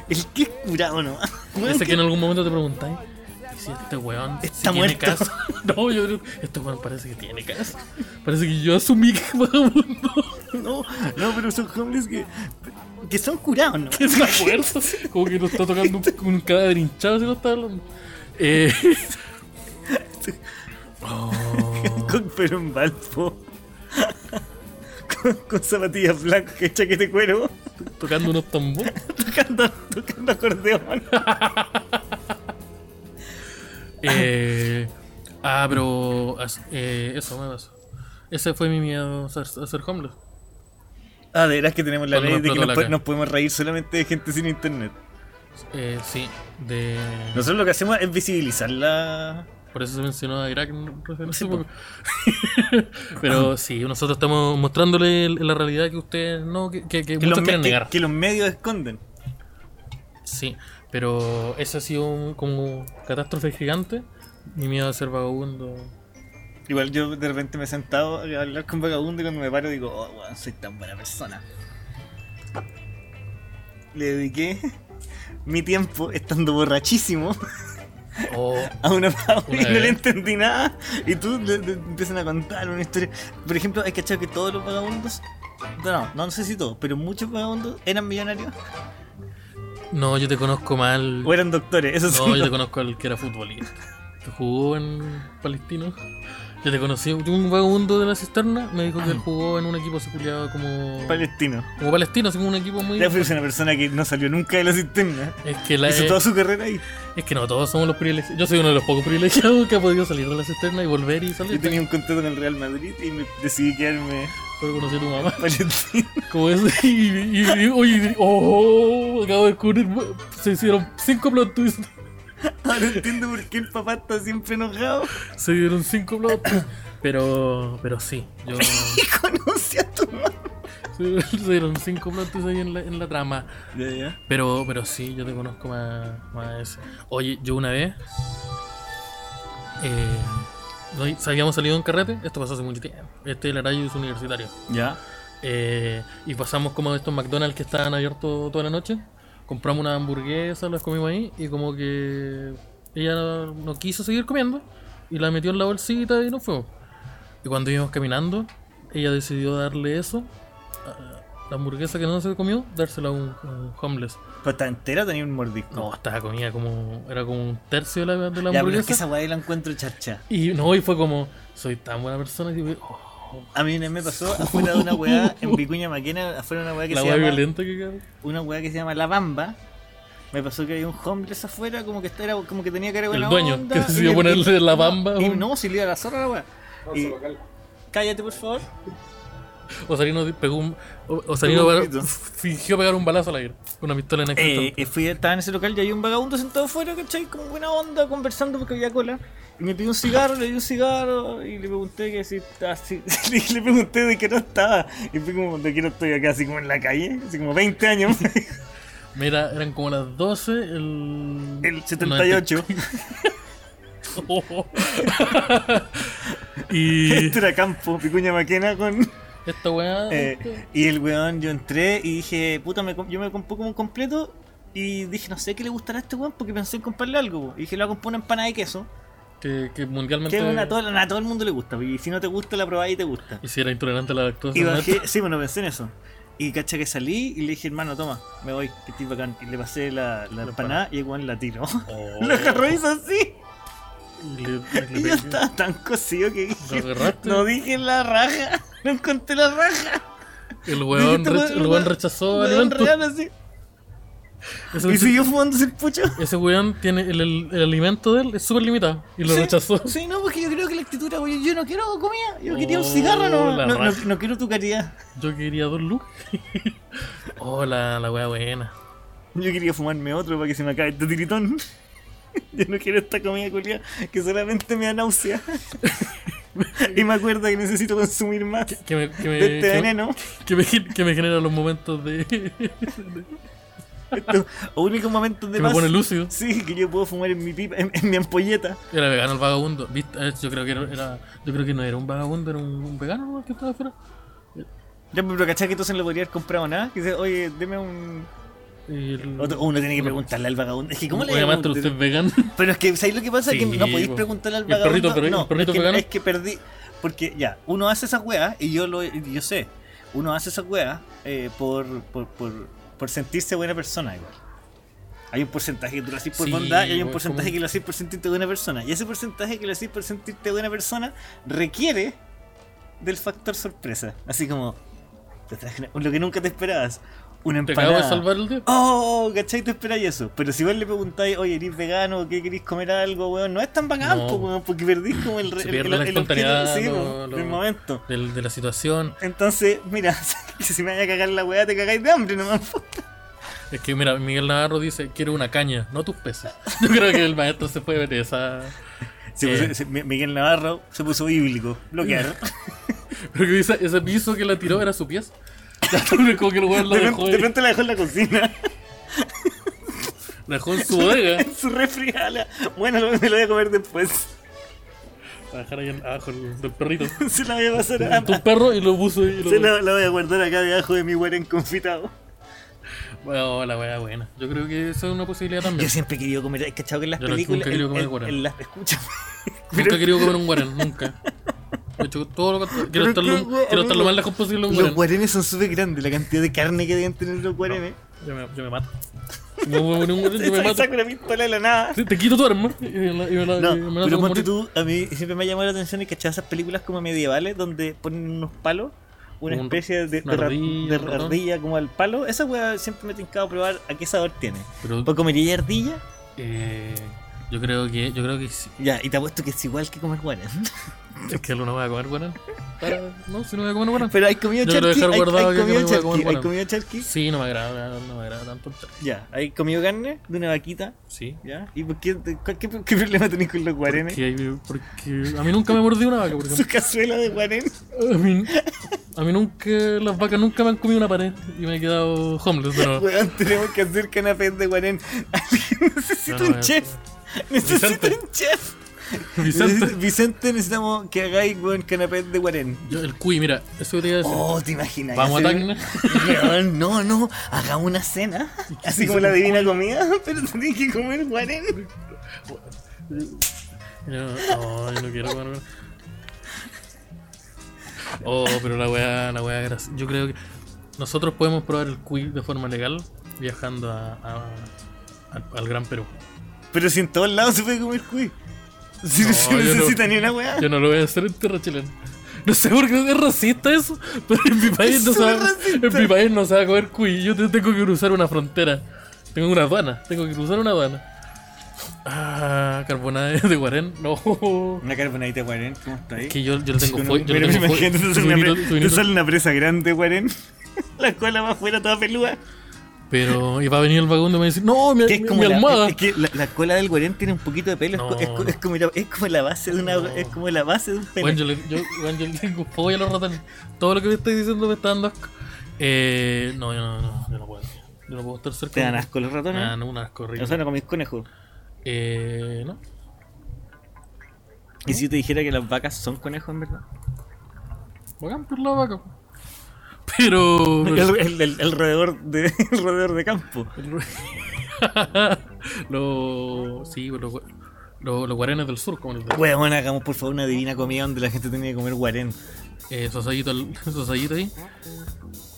Speaker 3: El que es curado nomás. Weón,
Speaker 1: Ese
Speaker 3: que-
Speaker 1: que en algún momento te preguntáis "¿Y si este weón si
Speaker 3: Está
Speaker 1: tiene
Speaker 3: muerto".
Speaker 1: casa. No, yo creo, este weón parece que tiene casa. Parece que yo asumí que es vagabundo.
Speaker 3: No, no, pero son homeless que. que son curados, ¿no?
Speaker 1: Es la fuerza. Como que nos está tocando un, un cadáver hinchado si no está hablando. Eh. Oh.
Speaker 3: Con pero en Valpo. Con, con zapatillas blancas y chaquete de cuero.
Speaker 1: Tocando unos tambores.
Speaker 3: Tocando, tocando acordeón.
Speaker 1: Eh, ah, pero as- eh, eso me pasó. Ese fue mi miedo a ser, a ser homeless.
Speaker 3: Ah, de veras que tenemos la
Speaker 1: Cuando
Speaker 3: ley
Speaker 1: nos
Speaker 3: de que
Speaker 1: explotó
Speaker 3: nos,
Speaker 1: la
Speaker 3: po-
Speaker 1: cara.
Speaker 3: nos podemos reír solamente de gente sin internet.
Speaker 1: Eh, sí, de.
Speaker 3: Nosotros lo que hacemos es visibilizar la.
Speaker 1: Por eso se mencionó a Irak recién hace poco. Pero sí, nosotros estamos mostrándole el- la realidad que ustedes no, que, que- que
Speaker 3: Que
Speaker 1: muchos
Speaker 3: los,
Speaker 1: quieren
Speaker 3: me- que-
Speaker 1: negar.
Speaker 3: que los medios esconden.
Speaker 1: Sí, pero eso ha sido un- como catástrofe gigante. Mi miedo a ser vagabundo.
Speaker 3: Igual yo de repente me he sentado a hablar con vagabundo y cuando me paro digo, oh, weón, soy tan buena persona. le dediqué mi tiempo estando borrachísimo
Speaker 1: O
Speaker 3: a una Pauli y
Speaker 1: Una
Speaker 3: no le
Speaker 1: vez.
Speaker 3: entendí nada. Y tú le- le- empiezan a contar una historia. Por ejemplo, hay que achar que todos los vagabundos. No, no, no sé si todos, pero muchos vagabundos eran millonarios
Speaker 1: no, yo te conozco mal.
Speaker 3: o eran doctores. Eso sí.
Speaker 1: No, yo te conozco al que era futbolista. Que jugó en Palestino. Yo te conocí. Un vagabundo de la cisterna me dijo que él jugó en un equipo así culiado como.
Speaker 3: Palestino.
Speaker 1: Como palestino, así como un equipo muy.
Speaker 3: Ya fue una persona que no salió nunca de la cisterna.
Speaker 1: Es que, la,
Speaker 3: Hizo
Speaker 1: es,
Speaker 3: toda su carrera ahí.
Speaker 1: que no todos somos los privilegiados. Yo soy uno de los pocos privilegiados que ha podido salir de la cisterna y volver y salir.
Speaker 3: Yo tenía un contrato con el Real Madrid y me decidí quedarme
Speaker 1: Pero conocí a tu mamá.
Speaker 3: palestino.
Speaker 1: Como eso. Y, y, y- oye, y- oh, acabo de descubrir. Se hicieron cinco plot twists.
Speaker 3: Ahora entiendo por qué el papá está siempre enojado.
Speaker 1: Se dieron cinco plot twists. Pero, pero sí. Yo.
Speaker 3: Y conocí a tu mamá.
Speaker 1: Se, se dieron cinco plot twists ahí en la, en la trama.
Speaker 3: Ya, ya.
Speaker 1: Pero, pero sí, yo te conozco más, más. Oye, yo una vez. Eh, no, y- habíamos salido en carrete, esto pasó hace mucho tiempo. Este el Arayus universitario.
Speaker 3: Ya.
Speaker 1: Eh, y pasamos como a estos McDonald's que estaban abiertos toda la noche. Compramos una hamburguesa, las comimos ahí. Y como que ella no, no quiso seguir comiendo. Y la metió en la bolsita y nos fuimos. Y cuando íbamos caminando, ella decidió darle eso. a- La hamburguesa que no se comió, dársela a un- a un homeless.
Speaker 3: Pero está entera, tenía un mordisco.
Speaker 1: No, estaba comida como. Era como un tercio de la, de la
Speaker 3: ya, pero es que
Speaker 1: hamburguesa.
Speaker 3: esa guay la encuentro charcha.
Speaker 1: Y no, y fue como. Soy tan buena persona que. oh,
Speaker 3: A mí una vez me pasó afuera de una weá en Vicuña Maquena, afuera de una weá que
Speaker 1: la
Speaker 3: se
Speaker 1: hueá
Speaker 3: llama
Speaker 1: violenta que cabe.
Speaker 3: una weá que se llama La Bamba. Me pasó que había un homeless afuera, como que estaba, como que tenía cara de
Speaker 1: El
Speaker 3: buena
Speaker 1: dueño,
Speaker 3: onda,
Speaker 1: que decidió
Speaker 3: y-
Speaker 1: ponerle
Speaker 3: y-
Speaker 1: La
Speaker 3: no,
Speaker 1: Bamba,
Speaker 3: Y,
Speaker 1: un-
Speaker 3: no, si le iba a la zorra la weá.
Speaker 2: No,
Speaker 3: Y-
Speaker 2: se local.
Speaker 3: Cállate, por favor.
Speaker 1: Osarino di- pegó un. o- Osarino
Speaker 3: Pegó un
Speaker 1: pa-
Speaker 3: grito.
Speaker 1: f- fingió pegar un balazo al aire. Una pistola en
Speaker 3: Eh,
Speaker 1: accidente.
Speaker 3: eh, fui, estaba en ese local y había un vagabundo sentado afuera, ¿cachai? Con buena onda, conversando porque había cola. Y me pidió un cigarro, le di un cigarro y le pregunté que si estaba así. y le pregunté de qué no estaba. Y fui como, de qué no estoy acá, así como en la calle, así como 20 años.
Speaker 1: Mira, eran como las 12, el.
Speaker 3: el 78.
Speaker 1: Oh, oh. y.
Speaker 3: Esto este era campo, Picuña Maquena con.
Speaker 1: Esta weá.
Speaker 3: Eh, y el weón, yo entré y dije, puta, me com- yo me compré como un completo. Y dije, no sé qué le gustará a este weón porque pensé en comprarle algo. po. Y dije, le voy a comprar una empanada de queso.
Speaker 1: que, que mundialmente.
Speaker 3: Que es una, a, todo, a todo el mundo le gusta. Y si no te gusta, la probáis y te gusta.
Speaker 1: Y si era intolerante a la lactosa.
Speaker 3: Y
Speaker 1: ¿no?
Speaker 3: bajé, sí, bueno, pensé en eso. Y cacha que salí y le dije, hermano, toma, me voy, que estoy bacán. Y le pasé la, la empanada y el weón la tiró.
Speaker 1: Oh.
Speaker 3: Lo agarró y hizo así.
Speaker 1: Y le- le
Speaker 3: Y yo
Speaker 1: pegué.
Speaker 3: estaba tan cosido que
Speaker 1: ¿Lo
Speaker 3: dije,
Speaker 1: agarraste?
Speaker 3: no dije la raja, no encontré la raja.
Speaker 1: El weón,
Speaker 3: Dijiste,
Speaker 1: rech- el weón rechazó
Speaker 3: weón
Speaker 1: alimento.
Speaker 3: real, así.
Speaker 1: Ese,
Speaker 3: Y
Speaker 1: weón-
Speaker 3: siguió fumándose el pucho.
Speaker 1: ese weón tiene el, el- el alimento de él es súper limitado. Y lo
Speaker 3: Sí,
Speaker 1: rechazó.
Speaker 3: Sí, no, porque yo creo que la actitud era, oye, yo no quiero comida, yo quería un
Speaker 1: Oh,
Speaker 3: cigarro, no,
Speaker 1: la
Speaker 3: no, no,
Speaker 1: raja.
Speaker 3: no quiero tu caridad.
Speaker 1: Yo quería dos lucas. oh, la, la wea buena.
Speaker 3: Yo quería fumarme otro para que se me acabe este tiritón. Yo no quiero esta comida culia que solamente me da náusea. y me acuerda que necesito consumir más
Speaker 1: Que me, que me,
Speaker 3: de este
Speaker 1: que-
Speaker 3: veneno.
Speaker 1: que me gen- que me genera los momentos de. que
Speaker 3: Estos únicos momentos de
Speaker 1: me
Speaker 3: paz.
Speaker 1: pone lúcido.
Speaker 3: Sí, que yo puedo fumar en mi pipa, en, en mi ampolleta.
Speaker 1: Era vegano el vagabundo. ¿Viste? Eh, Yo creo que era, era- Yo creo que no era un vagabundo, era un, un vegano ¿no? que estaba afuera.
Speaker 3: Ya, pero cachá que entonces no le podría haber comprado nada. Que dice, oye, deme un.
Speaker 1: Y el-
Speaker 3: Otro, uno tiene que preguntarle al vagabundo. Es que, ¿cómo le
Speaker 1: Oiga, maestro,
Speaker 3: pregunté?
Speaker 1: usted es vegano.
Speaker 3: Pero es que, ¿sabéis lo que pasa?
Speaker 1: Sí,
Speaker 3: que no podéis
Speaker 1: po.
Speaker 3: preguntarle al
Speaker 1: ¿Y el perrito,
Speaker 3: vagabundo.
Speaker 1: pero-
Speaker 3: no,
Speaker 1: el perrito
Speaker 3: es,
Speaker 1: vegano?
Speaker 3: que, es que perdí. Porque ya, uno hace esas weas, y yo lo y yo sé, uno hace esas weas eh, por, por, por, por sentirse buena persona igual. Hay un porcentaje que tú lo haces por
Speaker 1: Sí,
Speaker 3: bondad y hay un
Speaker 1: pues,
Speaker 3: porcentaje
Speaker 1: como-
Speaker 3: que lo haces por sentirte buena persona. Y ese porcentaje que lo haces por sentirte buena persona requiere del factor sorpresa. Así como, te traje una- lo que nunca te esperabas. Una
Speaker 1: Te acabo
Speaker 3: empanada.
Speaker 1: de salvar el día.
Speaker 3: Oh, ¿cachai? Te esperáis eso. Pero si vos le preguntáis, oye, ¿eres vegano? ¿Qué querís comer algo, weón? No es tan bacán,
Speaker 1: No.
Speaker 3: po, weón, porque perdís como el, re-
Speaker 1: Se
Speaker 3: el,
Speaker 1: pierde
Speaker 3: el,
Speaker 1: la
Speaker 3: el
Speaker 1: espontaneidad,
Speaker 3: objeto, sí,
Speaker 1: lo-
Speaker 3: po,
Speaker 1: lo-
Speaker 3: del momento.
Speaker 1: del- de la situación.
Speaker 3: Entonces, mira, si me vaya a cagar la weá, te cagáis de hambre nomás. po.
Speaker 1: Es que mira, Miguel Navarro dice, quiero una caña, no tus peces. Yo creo que el maestro se puede meter esa...
Speaker 3: pues, Se
Speaker 1: Eh.
Speaker 3: puso- se- Mi- Miguel Navarro se puso bíblico. Bloquear.
Speaker 1: Pero que dice, ese piso que la tiró era su pieza. Ya, como que el weón la
Speaker 3: De
Speaker 1: dejó,
Speaker 3: pronto,
Speaker 1: ahí.
Speaker 3: de pronto la dejó en la cocina,
Speaker 1: la dejó en su bodega.
Speaker 3: en su refri. a la- Bueno, lo- me lo voy a comer después.
Speaker 1: Para dejar ahí abajo el, del perrito.
Speaker 3: Se la voy a pasar a.
Speaker 1: Tu perro y lo puso ahí. y lo-
Speaker 3: Se la, la voy a guardar acá debajo de mi weón confitado.
Speaker 1: Bueno, la wea buena. Yo creo que eso es una posibilidad también.
Speaker 3: Yo siempre he querido comer, es cachado que en las
Speaker 1: Yo no-
Speaker 3: películas.
Speaker 1: nunca he querido
Speaker 3: en-
Speaker 1: comer
Speaker 3: en-
Speaker 1: guarán.
Speaker 3: en las escuchas.
Speaker 1: Nunca he querido comer un guarán, nunca. De hecho, todo lo contrario. Quiero
Speaker 3: Pero
Speaker 1: estar
Speaker 3: qué
Speaker 1: lo,
Speaker 3: wea,
Speaker 1: quiero estar lo
Speaker 3: amigo.
Speaker 1: más lejos posible de un
Speaker 3: Los
Speaker 1: guarán.
Speaker 3: guarenes son súper grandes, la cantidad de carne que deben tener los guarenes.
Speaker 1: Yo me, yo me mato. No voy a poner un guarán, yo me
Speaker 3: Sa-
Speaker 1: mato.
Speaker 3: Saco una pistola de la nada.
Speaker 1: Te, te quito tu arma y me la, y me la- y me la
Speaker 3: No, pero
Speaker 1: hago
Speaker 3: ponte
Speaker 1: morir.
Speaker 3: tú, a mí siempre me ha llamado la atención y cachado esas películas como medievales donde ponen unos palos, una
Speaker 1: Un-
Speaker 3: especie de, de,
Speaker 1: una
Speaker 3: ra-
Speaker 1: ardilla,
Speaker 3: de
Speaker 1: un ratón.
Speaker 3: ardilla como al palo. Esa weá siempre me he tincado a probar a qué sabor tiene.
Speaker 1: Pero,
Speaker 3: ¿Pues comería ardilla?
Speaker 1: eh, yo creo que, yo creo que sí.
Speaker 3: Ya, y te apuesto que es igual que comer guarenes.
Speaker 1: Es que no voy a comer guarán. Para- no, si no voy a comer guarán.
Speaker 3: Pero hay comido
Speaker 1: Yo lo
Speaker 3: charqui,
Speaker 1: voy a dejar
Speaker 3: hay,
Speaker 1: guardado
Speaker 3: hay
Speaker 1: que
Speaker 3: comido
Speaker 1: no me voy a
Speaker 3: charqui,
Speaker 1: comer
Speaker 3: hay
Speaker 1: guarán.
Speaker 3: comido charqui.
Speaker 1: Sí, no me agrada, no me agrada tanto. el charqui.
Speaker 3: Ya, hay comido carne de una vaquita.
Speaker 1: Sí.
Speaker 3: ¿Ya? ¿Y por qué, de- cuál- qué, qué problema tenés con los guarenes?
Speaker 1: Porque, hay- porque a mí nunca me mordió una vaca, por ejemplo.
Speaker 3: Su cazuela de guarén.
Speaker 1: A mí, a mí nunca, las vacas nunca me han comido una pared y me he quedado homeless de nuevo.
Speaker 3: Weón, tenemos que hacer canapés de guarén. Alguien- Necesito
Speaker 1: No, no,
Speaker 3: un
Speaker 1: no.
Speaker 3: chef. Necesito
Speaker 1: Vicente.
Speaker 3: un chef.
Speaker 1: Vicente,
Speaker 3: Necesito- Vicente, necesitamos que hagáis weón, canapés de guarén.
Speaker 1: yo- el cuy, mira, eso te iba a decir.
Speaker 3: Oh, te imaginas.
Speaker 1: Vamos a
Speaker 3: hacer-
Speaker 1: Tacna.
Speaker 3: Weón, No, no, hagamos una cena. Así como la divina comida, pero tenés que comer guarén.
Speaker 1: Yo, no, yo no quiero comer weón. Oh, pero la weá, la weá, gras- yo creo que nosotros podemos probar el cuy de forma legal viajando a, a- al, al Gran Perú.
Speaker 3: Pero si en todos lados se puede comer cuy. Si no,
Speaker 1: No,
Speaker 3: se
Speaker 1: yo no-
Speaker 3: necesita ni una weá.
Speaker 1: Yo no lo voy a hacer en tierra chilena. No sé por qué es racista eso, pero en mi país, no se, va,
Speaker 3: súper racista.
Speaker 1: en mi país no se va a comer cuy. Yo te- tengo que cruzar una frontera. Tengo una aduana, tengo que cruzar una aduana. Ah, carbonada de, de Guarén, no.
Speaker 3: Una carbonadita de guarén, ¿cómo está ahí?
Speaker 1: Que yo, yo le tengo
Speaker 3: Pero
Speaker 1: fo- yo le
Speaker 3: pero
Speaker 1: tengo fo-
Speaker 3: imagínate, te
Speaker 1: su
Speaker 3: sale una
Speaker 1: vinito-
Speaker 3: pre-
Speaker 1: su
Speaker 3: te
Speaker 1: vinito.
Speaker 3: sale una presa grande, guarén. La cola va afuera toda peluda.
Speaker 1: Pero iba a venir el vagabundo y me va a decir, no, mi,
Speaker 3: Que es
Speaker 1: mi-
Speaker 3: como
Speaker 1: mi
Speaker 3: la,
Speaker 1: almohada.
Speaker 3: es que la, la cola del guarén tiene un poquito de pelo. es
Speaker 1: No,
Speaker 3: co- es, co-
Speaker 1: no.
Speaker 3: es como, la- es como la base de una,
Speaker 1: No.
Speaker 3: es como la base de un pelo.
Speaker 1: Bueno, yo, le, yo, bueno, yo le tengo fobia a los ratones. Todo lo que me estáis diciendo me está dando asco. Eh, no, yo no, no, yo no puedo. Yo no puedo estar cerca.
Speaker 3: Te dan
Speaker 1: de-
Speaker 3: asco los
Speaker 1: Me
Speaker 3: ratones.
Speaker 1: dan un asco Ah, horrible.
Speaker 3: o sea, no comís conejos.
Speaker 1: Eh, no.
Speaker 3: ¿Y si yo te dijera que las vacas son conejos, en verdad?
Speaker 1: Bacán por la vaca. pues. Pero. pero-
Speaker 3: El, el- el- el roedor de, el roedor de campo.
Speaker 1: lo, sí, los lo, los guarenes del sur, como los de.
Speaker 3: Weón, hagamos por favor una divina comida donde la gente tenga que comer guarén.
Speaker 1: Eh, Sosayito, al- Sosayito ahí.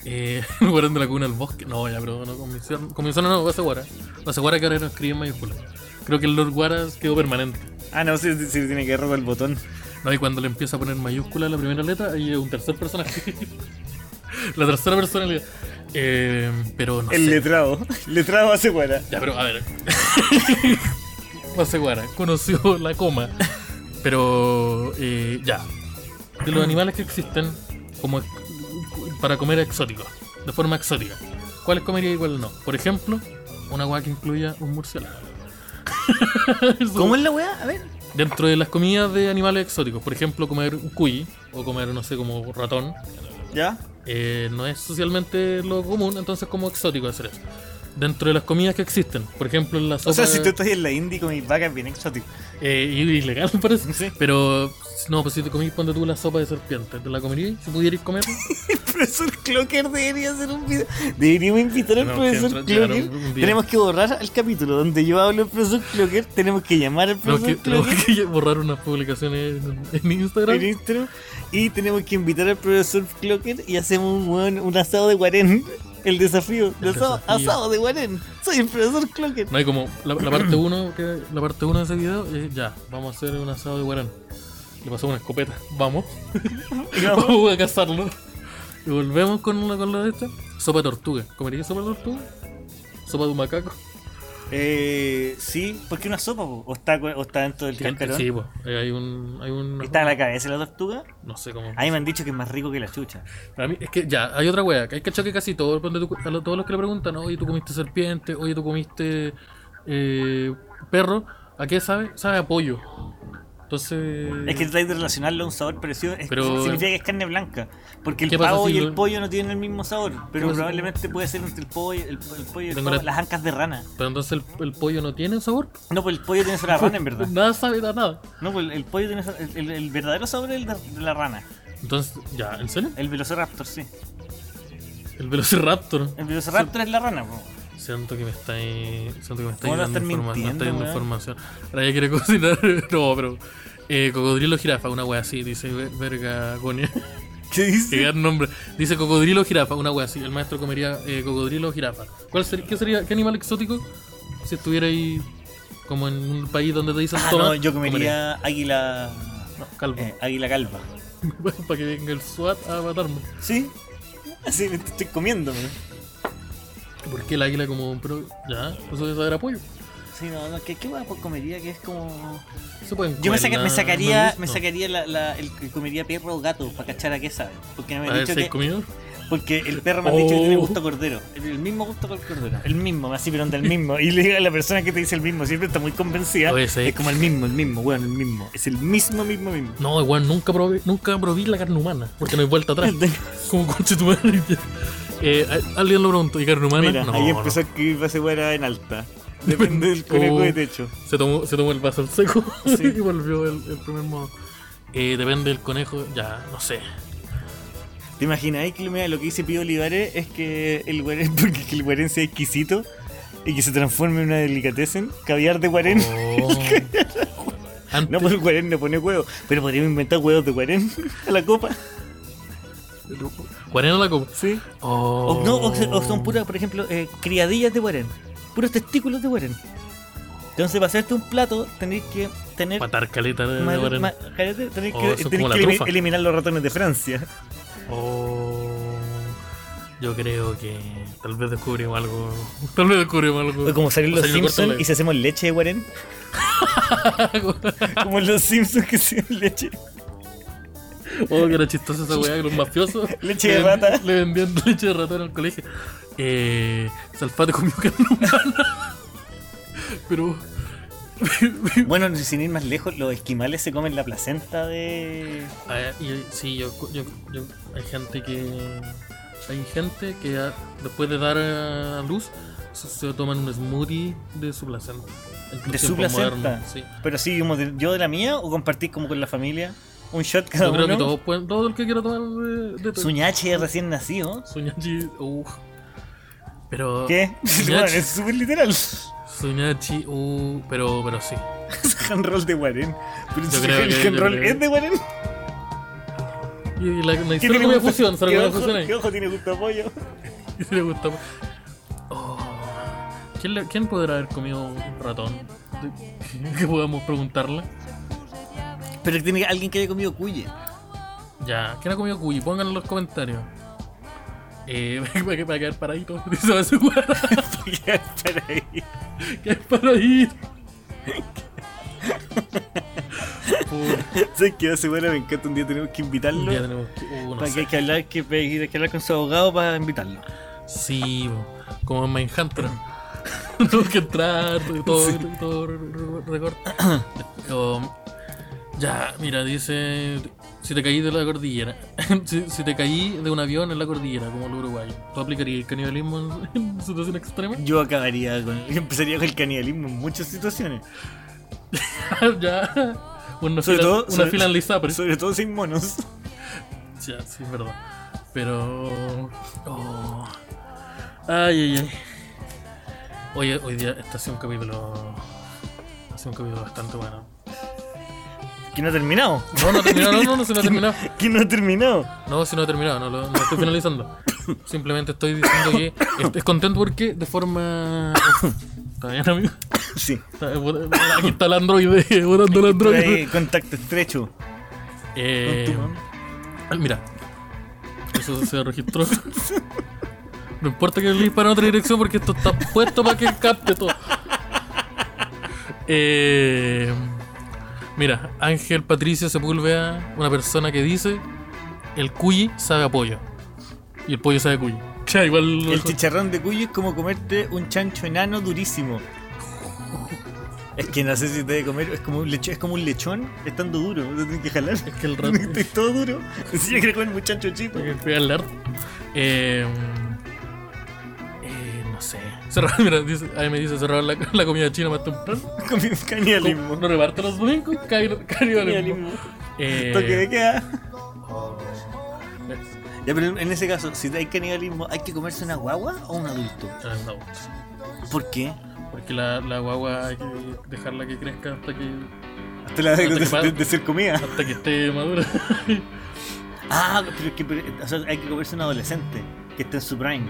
Speaker 1: Eh, el guarén de la cuna del bosque. No, ya, pero no, comisión, comisión no, va a ser guara. Va a ser guara que ahora no escribe en mayúsculas. Creo que el Lord Guaras quedó permanente.
Speaker 3: Ah, no, si, si tiene que robar el botón.
Speaker 1: No, y cuando le empieza a poner mayúscula la primera letra, ahí es un tercer personaje. la tercera personalidad. Eh, pero no
Speaker 3: El
Speaker 1: sé.
Speaker 3: letrado. Letrado hace guara.
Speaker 1: Ya, pero a ver. Guara conoció la coma. Pero eh, ya. De los animales que existen como ex- para comer exóticos, de forma exótica. ¿Cuáles comería y cuáles no? Por ejemplo, una hueá que incluya un murciélago. Eso-
Speaker 3: ¿Cómo es la weá? A ver.
Speaker 1: Dentro de las comidas de animales exóticos, por ejemplo, comer un cuy o comer, no sé, como ratón,
Speaker 3: ¿Ya?
Speaker 1: eh, no es socialmente lo común, entonces como exótico hacer eso. Dentro de las comidas que existen, por ejemplo, en la sopa...
Speaker 3: O sea, si tú estás en la indie con mis vacas, bien exótico.
Speaker 1: Eh, y- ilegal parece.
Speaker 3: Sí.
Speaker 1: Pero no, pues si te comís ponte tú la sopa de serpiente, ¿te la comerías? Si pudierais comer.
Speaker 3: El profesor Clocker debería hacer un video. Deberíamos invitar al
Speaker 1: Tenemos que
Speaker 3: profesor
Speaker 1: entrar- llegar
Speaker 3: Clocker.
Speaker 1: un- un día.
Speaker 3: tenemos que borrar el capítulo donde yo hablo del profesor Clocker. Tenemos que llamar al
Speaker 1: Tenemos
Speaker 3: profesor
Speaker 1: que, tenemos
Speaker 3: Clocker
Speaker 1: que borrar unas publicaciones en, en Instagram.
Speaker 3: en Instagram. Y tenemos que invitar al profesor Clocker y hacemos un, weón- un asado de guarén. El desafío. de
Speaker 1: El
Speaker 3: asado,
Speaker 1: desafío.
Speaker 3: asado de guarén. Soy el profesor Clocker.
Speaker 1: No hay como la, la parte 1 la parte uno de ese video, eh, ya, vamos a hacer un asado de guarán. Le pasó una escopeta, vamos. vamos a cazarlo. Y volvemos con la con la de esta. Sopa de tortuga. ¿Comerías sopa de tortuga? Sopa de un macaco.
Speaker 3: Eh, sí, porque una sopa, po? o está, o está dentro del cascarón.
Speaker 1: Sí, pues. eh, Hay un. Hay un
Speaker 3: Está en la cabeza de la tortuga.
Speaker 1: no sé cómo.
Speaker 3: A mí me han dicho que es más rico que la chucha.
Speaker 1: Para mí, es que ya, hay otra wea. que Hay cachado que casi todo, ponte tú- a lo- todos los que le preguntan, oye, tú comiste serpiente, oye, tú comiste eh, perro, ¿a qué sabe? Sabe a pollo. Entonces.
Speaker 3: Es que tratáis de relacionarlo a un sabor parecido. Es-
Speaker 1: Pero-
Speaker 3: significa que es carne blanca. Porque el
Speaker 1: ¿Qué pasa
Speaker 3: pavo
Speaker 1: si
Speaker 3: y
Speaker 1: lo-
Speaker 3: el pollo no tienen el mismo sabor. Pero
Speaker 1: pasa si-
Speaker 3: probablemente puede ser entre el pollo, el, el pollo y el
Speaker 1: Tengo la-
Speaker 3: pavo, las ancas de rana.
Speaker 1: Pero entonces el, el pollo no tiene sabor.
Speaker 3: No, pues el pollo tiene sabor a rana en verdad.
Speaker 1: Nada sabe a nada.
Speaker 3: No, pues el, el pollo tiene sabor- el, el- el verdadero sabor es el de, de la rana.
Speaker 1: Entonces, ya, ¿en serio?
Speaker 3: El velociraptor, sí.
Speaker 1: El Velociraptor.
Speaker 3: El Velociraptor es la rana, po.
Speaker 1: Siento que me estáis. Siento que me
Speaker 3: ¿Cómo
Speaker 1: estáis
Speaker 3: no
Speaker 1: dando,
Speaker 3: estar
Speaker 1: informa-
Speaker 3: mintiendo,
Speaker 1: estáis dando
Speaker 3: weón?
Speaker 1: información. Ahora ya quiere cocinar. No, pero. Eh, cocodrilo jirafa, una wea así, dice ve- verga Gonia.
Speaker 3: ¿Qué
Speaker 1: Que
Speaker 3: dice?
Speaker 1: gran nombre. Dice cocodrilo jirafa, una wea así. El maestro comería eh, cocodrilo jirafa. ¿Cuál ser- qué sería, qué animal exótico? Si estuviera ahí como en un país donde te dicen
Speaker 3: Ah,
Speaker 1: toma,
Speaker 3: no, yo comería águila.
Speaker 1: No, calvo.
Speaker 3: eh, águila calva.
Speaker 1: Para que venga el SWAT a matarme.
Speaker 3: ¿Sí? Así me estoy comiendo, weón.
Speaker 1: ¿Por qué el águila como pero ya? Eso debe saber apoyo.
Speaker 3: Sí, no, no, ¿qué, qué weá por comería que es como.
Speaker 1: Se pueden
Speaker 3: Yo me, saca-
Speaker 1: cuernas,
Speaker 3: me sacaría,
Speaker 1: mamus,
Speaker 3: me
Speaker 1: no.
Speaker 3: sacaría la, la- el que comería perro o gato para cachar a qué sabe. Porque me
Speaker 1: A
Speaker 3: han
Speaker 1: ver
Speaker 3: dicho
Speaker 1: si
Speaker 3: que.
Speaker 1: has comido.
Speaker 3: Porque el perro me ha dicho que tiene
Speaker 1: Oh.
Speaker 3: gusto a cordero. El, el mismo gusto al cordero. El mismo, así, pero del mismo. Y le digo a la persona que te dice el mismo, siempre está muy convencida.
Speaker 1: Oye, sí.
Speaker 3: Es como el mismo, el mismo, weón, el mismo. Es el mismo, mismo, mismo.
Speaker 1: No, igual nunca probé, nunca probé la carne humana, porque no hay vuelta atrás. Como conche tu madre. Eh, a- alguien lo preguntó, ¿y carne humana?
Speaker 3: Mira,
Speaker 1: no,
Speaker 3: ahí
Speaker 1: no. Oh.
Speaker 3: empezó a escribir base weá en alta. Depende del conejo de techo.
Speaker 1: Se tomó, se tomó el vaso al seco
Speaker 3: Sí.
Speaker 1: y volvió el, el primer modo. Eh, depende del conejo, ya, no sé.
Speaker 3: ¿Te imaginas? Ahí que lo- mira, lo que dice Pío Olivares es que el guarén, porque es que el guarén sea exquisito y que se transforme en una delicatessen. Caviar de guarén.
Speaker 1: Oh. Antes-
Speaker 3: No, por el guarén no pone huevo, pero podríamos inventar huevos de guarén a la copa,
Speaker 1: Guarena la copa.
Speaker 3: ¿sí?
Speaker 1: Oh.
Speaker 3: O, pues. no, o, se- o son puras, por ejemplo, eh, criadillas de guarén, puros testículos de guarén. Entonces, para hacerte un plato, tenés que tener.
Speaker 1: Matar caleta de, de
Speaker 3: ma-
Speaker 1: guarena.
Speaker 3: ma- cállate, tenés
Speaker 1: Oh,
Speaker 3: que,
Speaker 1: eso es
Speaker 3: tenés
Speaker 1: como la
Speaker 3: que elimi-
Speaker 1: trufa.
Speaker 3: eliminar los ratones de Francia.
Speaker 1: Oh, yo creo que tal vez descubrimos algo. Tal vez descubrimos algo.
Speaker 3: O como salir los
Speaker 1: Salió corto
Speaker 3: Simpsons
Speaker 1: la-
Speaker 3: y si hacemos leche de guarén. como los Simpsons que hacían leche.
Speaker 1: Oh, que era chistosa esa weá, que los mafiosos.
Speaker 3: Leche de
Speaker 1: le vendían-
Speaker 3: rata.
Speaker 1: Le vendían leche de ratón al colegio. Eh, Salfate comió carne humana. Pero.
Speaker 3: Bueno, sin ir más lejos, los esquimales se comen la placenta de.
Speaker 1: a ver, Ah, y- sí, yo, yo, yo- Hay gente que. Hay gente que ah, después de dar eh, a luz se, se toman un smoothie de su placenta.
Speaker 3: ¿De su
Speaker 1: Inclusión
Speaker 3: placenta?
Speaker 1: moderna, Sí.
Speaker 3: Pero sí, como de- yo de la mía o compartís como con la familia un shot cada
Speaker 1: Yo creo que
Speaker 3: uno.
Speaker 1: todos pueden. Todo el que quiera tomar de. de
Speaker 3: Su ñache es recién nacido.
Speaker 1: Suñachi. Uh. Pero.
Speaker 3: ¿Qué? Bueno,
Speaker 1: Ñache.
Speaker 3: es súper literal.
Speaker 1: Suñachi. Uh. Pero, pero sí.
Speaker 3: Es hand roll de Guarén. Pero si
Speaker 1: creo
Speaker 3: el
Speaker 1: que-
Speaker 3: hand
Speaker 1: yo
Speaker 3: roll
Speaker 1: creo.
Speaker 3: es de Guarén.
Speaker 1: Y la, la
Speaker 3: ¿Qué
Speaker 1: hicieron una
Speaker 3: gusto-
Speaker 1: fusión, se
Speaker 3: qué
Speaker 1: la
Speaker 3: ojo-
Speaker 1: fusión ahí.
Speaker 3: ¿Qué ojo tiene gusto a pollo?
Speaker 1: Y se le gustó. Oh. ¿Quién, le- quién podrá haber comido un ratón? Que podamos preguntarle.
Speaker 3: Pero tiene alguien que haya comido cuye.
Speaker 1: Ya, ¿quién ha comido cuy? Pónganlo en los comentarios. Eh, para que para quedar paradito. Dice va a ser
Speaker 3: Espera ahí.
Speaker 1: que es para ir. Puta,
Speaker 3: ¿Sabes qué? Hace bueno, me encanta. Un día tenemos que invitarlo.
Speaker 1: ya tenemos que. uh, no
Speaker 3: para que
Speaker 1: sé.
Speaker 3: hay que hablar, que, hay que hablar con su abogado para invitarlo.
Speaker 1: Sí, bo, como en Mindhunter. Tengo que entrar, todo, todo, todo re- re- recorta. Um, ya, mira, dice. Si te caí de la cordillera. si, si te caí de un avión en la cordillera, como el uruguayo. ¿Tú aplicarías el canibalismo en, en situación extrema?
Speaker 3: Yo acabaría con. Yo empezaría con el canibalismo en muchas situaciones.
Speaker 1: ya. Una
Speaker 3: Sobre
Speaker 1: fila,
Speaker 3: todo-
Speaker 1: una
Speaker 3: sobre-
Speaker 1: fila en Lisapre.
Speaker 3: Sobre todo sin monos.
Speaker 1: Ya, sí, es verdad. Pero. oh. Ay, ay, ay. Oye, hoy día este ha sido un capítulo. Ha sido un capítulo bastante bueno.
Speaker 3: Que no ha terminado.
Speaker 1: No, no ha terminado, no, no, no se no ha terminado.
Speaker 3: Que no ha terminado.
Speaker 1: No, si no ha terminado, no lo no lo estoy finalizando. Simplemente estoy diciendo que est- es contento porque de forma. ¿Está bien, amigo?
Speaker 3: Sí.
Speaker 1: Está- eh, Aquí está el androide, votando el
Speaker 3: Trae
Speaker 1: androide.
Speaker 3: contacto estrecho. con tu
Speaker 1: Eh,
Speaker 3: mamá.
Speaker 1: Ah, Mira, eso se registró. No importa que le disparen en otra dirección porque esto está puesto para que capte todo. Eh, mira, Ángel Patricio Sepúlveda, una persona que dice: el cuyi sabe a pollo. Y el pollo sabe a cuyi. Ya, igual.
Speaker 3: El chicharrón de cuyo es como comerte un chancho enano durísimo. Es que no sé si te debe comer, es como un lechón, es como un lechón estando duro, lo tienes que jalar.
Speaker 1: es que el rato.
Speaker 3: Estoy todo duro. Si yo quiero comer un chancho chico.
Speaker 1: Porque fui al art. Eh, eh, no sé. Cerrar, mira, dice, ahí me dice cerrar la, la comida china más temprano.
Speaker 3: Comí un canibalismo.
Speaker 1: No reparte los domingos, cari- canibalismo.
Speaker 3: Canibalismo.
Speaker 1: Eh,
Speaker 3: Toque de queda.
Speaker 1: es-
Speaker 3: Ya, pero en ese caso, si hay canibalismo, ¿hay que comerse una guagua o un adulto?
Speaker 1: A las guaguas.
Speaker 3: ¿Por qué?
Speaker 1: Porque la, la guagua hay que dejarla que crezca hasta que,
Speaker 3: Hasta la de,
Speaker 1: Hasta que
Speaker 3: de-
Speaker 1: pare.
Speaker 3: de ser comida.
Speaker 1: hasta que esté madura.
Speaker 3: Ah, pero es que pero- o sea, hay que comerse un adolescente que esté en su prime.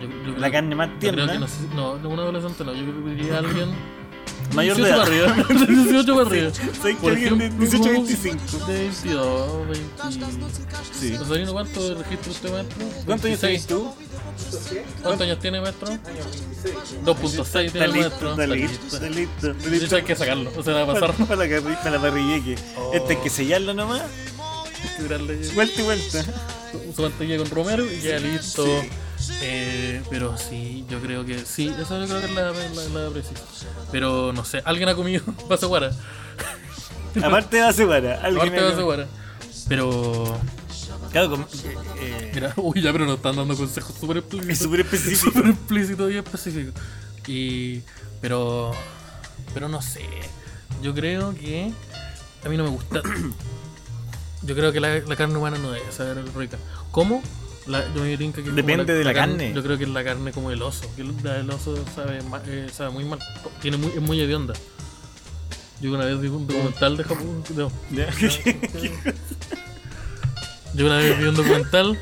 Speaker 1: Yo- yo creo-
Speaker 3: La carne más
Speaker 1: yo creo
Speaker 3: tierna,
Speaker 1: que no, sé- no, no, un adolescente no, yo creo que diría alguien
Speaker 3: mayor de
Speaker 1: 18
Speaker 3: edad.
Speaker 1: para arriba. 18 para arriba.
Speaker 3: ¿Sabes que
Speaker 1: Por
Speaker 3: alguien de
Speaker 1: ejemplo,
Speaker 3: 18 a
Speaker 1: como
Speaker 3: 25?
Speaker 1: De 22, 20.
Speaker 3: Sí.
Speaker 1: Rosarino, ¿cuánto registro usted, maestro?
Speaker 3: ¿Cuántos años
Speaker 1: 26.
Speaker 3: tenés tú?
Speaker 2: ¿Qué?
Speaker 1: ¿Cuántos años tiene, maestro?
Speaker 2: Año 26.
Speaker 1: 2.6 tiene
Speaker 3: Está
Speaker 1: el
Speaker 3: listo,
Speaker 1: maestro.
Speaker 3: está listo,
Speaker 1: listo.
Speaker 3: está listo. está
Speaker 1: De hecho,
Speaker 3: listo.
Speaker 1: hay que sacarlo, o sea, va a
Speaker 3: Para,
Speaker 1: pasar.
Speaker 3: para la, carri- para la parrilleque.
Speaker 1: Oh.
Speaker 3: Este hay que sellarlo nomás,
Speaker 1: Tirarle
Speaker 3: vuelta y vuelta.
Speaker 1: su su mantilla con romero y ya listo. Eh, pero sí, yo creo que sí, eso yo creo que es la, la, la precisa. Pero no sé, alguien ha comido vaso guara.
Speaker 3: Aparte va a separar. alguien
Speaker 1: Aparte de
Speaker 3: haga-
Speaker 1: vaso guara. Pero.
Speaker 3: Claro, com- eh,
Speaker 1: Mira, uy, ya, pero nos están dando consejos súper
Speaker 3: es
Speaker 1: explícitos.
Speaker 3: súper específico.
Speaker 1: Súper explícitos y específicos. Y. Pero. Pero no sé. Yo creo que. A mí no me gusta. Yo creo que la, la carne humana no debe saber rica. ¿Cómo? La, yo me tinca que es como
Speaker 3: Depende de la carne.
Speaker 1: Yo creo que es la carne como el oso. Que el- la del oso sabe, ma- eh, sabe muy mal. Tiene muy, es muy hedionda. Yo una vez vi un documental de Japón. no,
Speaker 3: Ya.
Speaker 1: yo una vez vi un documental.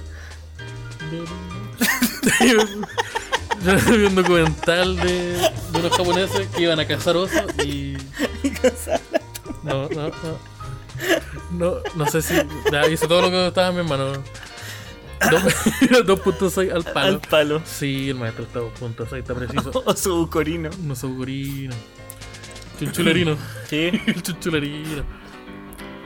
Speaker 1: de- Yo una vez vi un documental de, de unos japoneses que iban a cazar osos y. No, no, no. No, no sé si. Ya hice todo lo que estaba en mi mano. Dos- 2.6 al
Speaker 3: Al
Speaker 1: palo.
Speaker 3: palo.
Speaker 1: Sí, el maestro está 2.6, está preciso.
Speaker 3: Oso bucorino.
Speaker 1: No socorino. Chunchulerino.
Speaker 3: Sí.
Speaker 1: El chuchularino.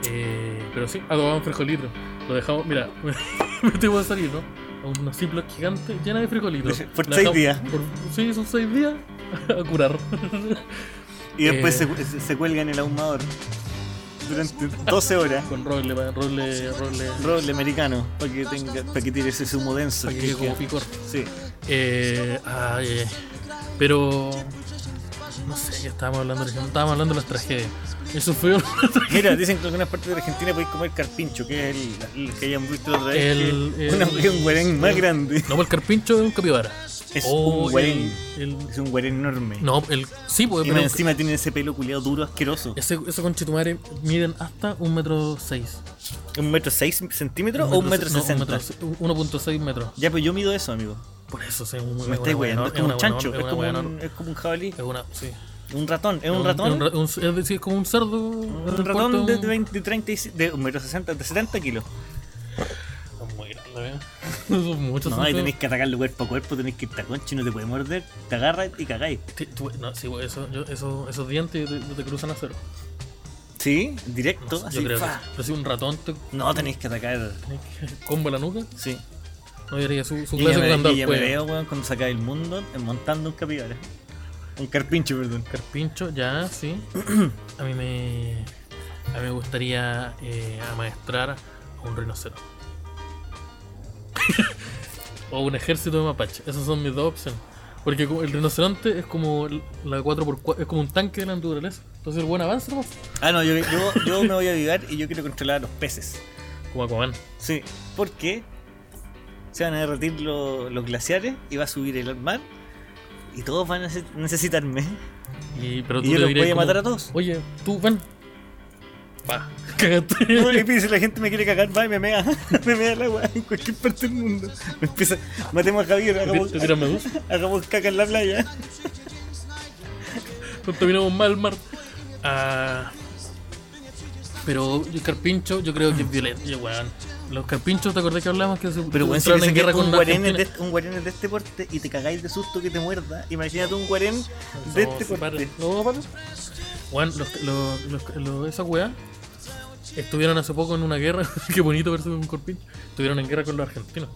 Speaker 1: Eh, pero sí, adobamos frijolitos. Lo dejamos, mira, metimos a salir, ¿no? A una cipla gigante llena de frijolitos.
Speaker 3: Por
Speaker 1: La
Speaker 3: seis
Speaker 1: dejamos-
Speaker 3: días.
Speaker 1: por- sí, son seis días a curar.
Speaker 3: Y después
Speaker 1: Eh.
Speaker 3: se, se- se cuelga en el ahumador. Durante 12 horas.
Speaker 1: Con roble, pa- roble, roble.
Speaker 3: Roble americano. Para que, tenga, para que tire ese zumo denso.
Speaker 1: Para que quede como picor.
Speaker 3: Sí.
Speaker 1: Eh, ay, eh, pero. No sé, ¿qué estábamos hablando? Estábamos hablando de las tragedias. Eso fue una tragedia.
Speaker 3: Mira, dicen que en algunas partes de Argentina podéis comer carpincho, que es el, el que hayan visto otra vez.
Speaker 1: El-
Speaker 3: que es una-
Speaker 1: el-
Speaker 3: es un guarén más
Speaker 1: el-
Speaker 3: grande.
Speaker 1: No, el carpincho es un capibara.
Speaker 3: Es
Speaker 1: Oh,
Speaker 3: un guarén.
Speaker 1: el- el-
Speaker 3: Es un guarén enorme.
Speaker 1: no, el. Sí, pues,
Speaker 3: y
Speaker 1: pero-
Speaker 3: más encima tiene ese pelo culeado duro, asqueroso.
Speaker 1: Ese, ese conchetumare miden hasta un metro seis.
Speaker 3: ¿Un metro seis centímetros o un metro
Speaker 1: no,
Speaker 3: sesenta?
Speaker 1: metro se- 1.6 metros.
Speaker 3: Ya, pues yo mido eso, amigo.
Speaker 1: Por eso se un
Speaker 3: Me estáis
Speaker 1: weón,
Speaker 3: weyando. Es como un chancho,
Speaker 1: Es
Speaker 3: es
Speaker 1: una
Speaker 3: como
Speaker 1: weón,
Speaker 3: un, es como un jabalí.
Speaker 1: es una- sí.
Speaker 3: Un ratón, es un
Speaker 1: un
Speaker 3: ratón.
Speaker 1: ra- un- es decir, es como un cerdo. en
Speaker 3: Un
Speaker 1: el puerto,
Speaker 3: ratón de
Speaker 1: un-
Speaker 3: 20, de 30, y si- de un metro sesenta, de 70 kilos.
Speaker 1: Son muy grandes, ¿eh? Son muchos.
Speaker 3: No,
Speaker 1: son
Speaker 3: ahí
Speaker 1: feos.
Speaker 3: tenéis que atacarlo cuerpo a cuerpo, tenéis que ir tacón, chino te puede morder, te agarras y cagáis.
Speaker 1: Sí, tú- no, sí, güey, eso- yo- eso- esos dientes te, te cruzan a cero.
Speaker 3: ¿Sí?
Speaker 1: No
Speaker 3: Directo,
Speaker 1: sé,
Speaker 3: así.
Speaker 1: yo creo que
Speaker 3: fa.
Speaker 1: pero si un ratón te
Speaker 3: No, tenéis que atacar.
Speaker 1: combo la nuca,
Speaker 3: Sí.
Speaker 1: no diría su, su
Speaker 3: Y ya
Speaker 1: clase
Speaker 3: me,
Speaker 1: cuando
Speaker 3: y ya me veo, weón, cuando saca el mundo eh, montando un capibara. Un carpincho, perdón.
Speaker 1: Carpincho, ya, sí. A mí me. A mí me gustaría eh, amaestrar a un rinoceronte. o un ejército de mapache. Esas son mis dos opciones. Porque como el rinoceronte es como el- la 4x4, es como un tanque de la naturaleza. Entonces el buen avance nomás.
Speaker 3: Ah, no, yo, yo, yo me voy a avivar y yo quiero controlar a los peces.
Speaker 1: Como Aquaman.
Speaker 3: Sí, porque se van a derretir lo- los glaciares y va a subir el mar y todos van a nece- necesitarme.
Speaker 1: Y, pero
Speaker 3: Y
Speaker 1: tú
Speaker 3: yo
Speaker 1: le
Speaker 3: los
Speaker 1: dirías
Speaker 3: voy a
Speaker 1: como,
Speaker 3: matar a todos.
Speaker 1: Oye, tú ven. Va, cagaste.
Speaker 3: No, y si la gente me quiere cagar, va y me mea. Me mea el agua en cualquier parte del mundo. Me empieza, matemos a Javier, hagamos,
Speaker 1: Te tiras medusa.
Speaker 3: hagamos caca en la playa.
Speaker 1: Contaminamos mal el mar. Ah, pero el carpincho, yo creo que es violento, weón. Los carpinchos, ¿te acordás que hablábamos que se
Speaker 3: Pero bueno, si
Speaker 1: entraron en
Speaker 3: piensa
Speaker 1: guerra
Speaker 3: que un
Speaker 1: con
Speaker 3: guarén, es
Speaker 1: Argentina?
Speaker 3: de, este- un guarén es de este porte y te cagáis de susto que te muerda, imagínate un guarén de
Speaker 1: No,
Speaker 3: este
Speaker 1: sí, para.
Speaker 3: porte.
Speaker 1: No, para. Weón, los, los, los- los- esas weas estuvieron hace poco en una guerra. Qué bonito verse un carpincho. Estuvieron en guerra con los argentinos,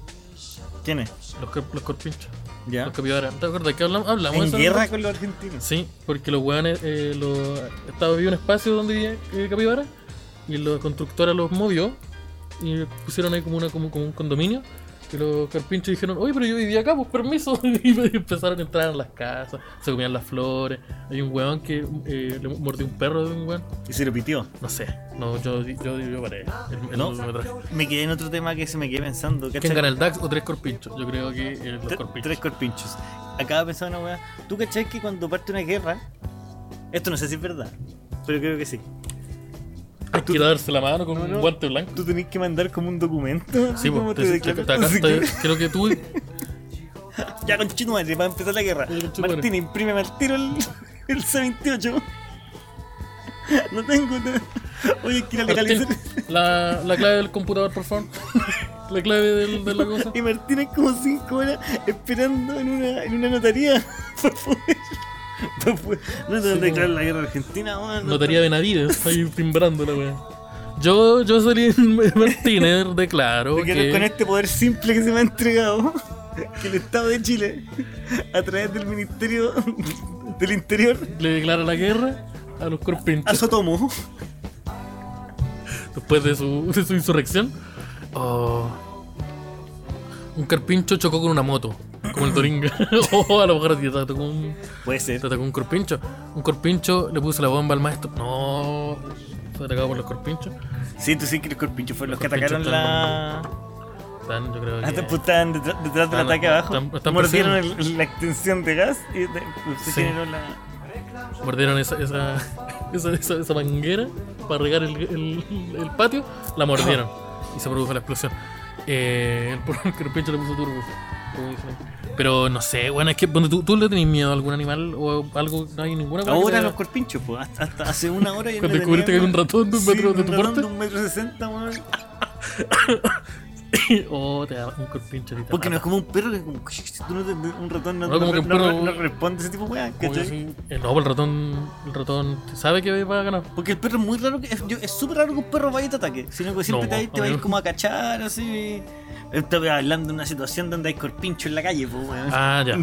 Speaker 3: ¿Quién es?
Speaker 1: los, car- los carpinchos.
Speaker 3: ¿Ya?
Speaker 1: Los capibaras. ¿Te acordás que hablamos? hablamos de
Speaker 3: ¿En
Speaker 1: eso?
Speaker 3: guerra con los argentinos?
Speaker 1: Sí, porque los weones, eh, los- estaba había un espacio donde vivía eh, capibara y la constructora los movió y pusieron ahí como una como, como un condominio Que los carpinchos dijeron, oye, pero yo vivía acá, pues permiso. Y empezaron a entrar en las casas, se comían las flores. Hay un weón que eh, le mordió un perro de un weón.
Speaker 3: Y se repitió.
Speaker 1: No sé, no, yo, yo, yo paré. El, el
Speaker 3: ¿No?
Speaker 1: largometraje.
Speaker 3: Me quedé en otro tema que se me quedé pensando.
Speaker 1: ¿Quién
Speaker 3: ¿cachai?
Speaker 1: gana el DAX o tres corpinchos? Yo creo que eh, los
Speaker 3: Tre-
Speaker 1: corpinchos.
Speaker 3: Tres corpinchos. Acaba pensando una weá. ¿Tú cachai que cuando parte una guerra? Esto no sé si es verdad, pero creo que sí.
Speaker 1: Hay que darse la mano con
Speaker 3: No,
Speaker 1: un
Speaker 3: no.
Speaker 1: guante blanco.
Speaker 3: Tú tenés que mandar como un documento.
Speaker 1: Sí,
Speaker 3: ¿Cómo
Speaker 1: pues,
Speaker 3: te
Speaker 1: te- te-
Speaker 3: declaras?
Speaker 1: te- acá
Speaker 3: Así
Speaker 1: estoy-
Speaker 3: que-
Speaker 1: creo que tú
Speaker 3: Ya con Chinuare, va a empezar la guerra.
Speaker 1: Ya, conchetumare.
Speaker 3: Martín, imprime al tiro el, el C28. No tengo nada. Oye, hay que ir a
Speaker 1: Martín,
Speaker 3: legalizar.
Speaker 1: la, la clave del computador, por favor. La clave del, de la cosa.
Speaker 3: Y Martín es como 5 horas esperando en una, en una notaría para poder. para poder- No te van a declarar la guerra a Argentina, weón.
Speaker 1: Notaría Benavides, ahí timbrando la weá. Yo, yo salí en Martínez, declaro
Speaker 3: Porque con
Speaker 1: que
Speaker 3: este poder simple que se me ha entregado, que el Estado de Chile, a través del Ministerio del Interior,
Speaker 1: le declara la guerra a los
Speaker 3: a
Speaker 1: corpinchos
Speaker 3: Sotomo.
Speaker 1: después de su, de su insurrección. Oh. Un carpincho chocó con una moto, como el Toringa. oh, a lo mejor te atacó un,
Speaker 3: Puede
Speaker 1: te
Speaker 3: ser.
Speaker 1: atacó un corpincho. Un corpincho le puso la bomba al maestro. No, fue atacado por los corpinchos.
Speaker 3: Sí, tú sí que los corpinchos fueron los que
Speaker 1: Los
Speaker 3: atacaron
Speaker 1: corpinchos
Speaker 3: la.
Speaker 1: Están, yo creo que.
Speaker 3: Ah, pues, estaban detrás, detrás del
Speaker 1: Están-
Speaker 3: ataque abajo.
Speaker 1: están- están
Speaker 3: Mordieron el- la extensión de gas y de- se
Speaker 1: Sí.
Speaker 3: generó la.
Speaker 1: Mordieron esa, esa, esa, esa, esa manguera para regar el, el- el patio, la mordieron y se produjo la explosión. Eh, el pobre carpincho le puso turbo. como dicen. Pero no sé, bueno, es que bueno, ¿tú, tú le tenés miedo a algún animal o algo, no hay ninguna cosa que
Speaker 3: Ahora
Speaker 1: te-
Speaker 3: los corpinchos, pues. Hasta, hasta hace una hora ya
Speaker 1: Cuando descubriste que hay un ratón de un metro de tu
Speaker 3: porte.
Speaker 1: porte.
Speaker 3: De un metro sesenta, weón.
Speaker 1: Oh, te da un corpincho ahorita.
Speaker 3: Porque no es como un perro que es como, tú no te- un ratón no,
Speaker 1: No, como
Speaker 3: no-
Speaker 1: que un
Speaker 3: no-
Speaker 1: perro-
Speaker 3: no responde a ese tipo de weá, ¿cachai?
Speaker 1: Eh, No, pero el ratón, el ratón sabe que va a ganar.
Speaker 3: Porque el perro es muy raro, que- es, yo- es súper raro que un perro vaya y te ataque, sino que siempre
Speaker 1: No,
Speaker 3: te, te va a
Speaker 1: amigo.
Speaker 3: ir como a cachar, así. Estaba hablando de una situación donde hay corpincho en la calle, pues weón.
Speaker 1: Ah, ya.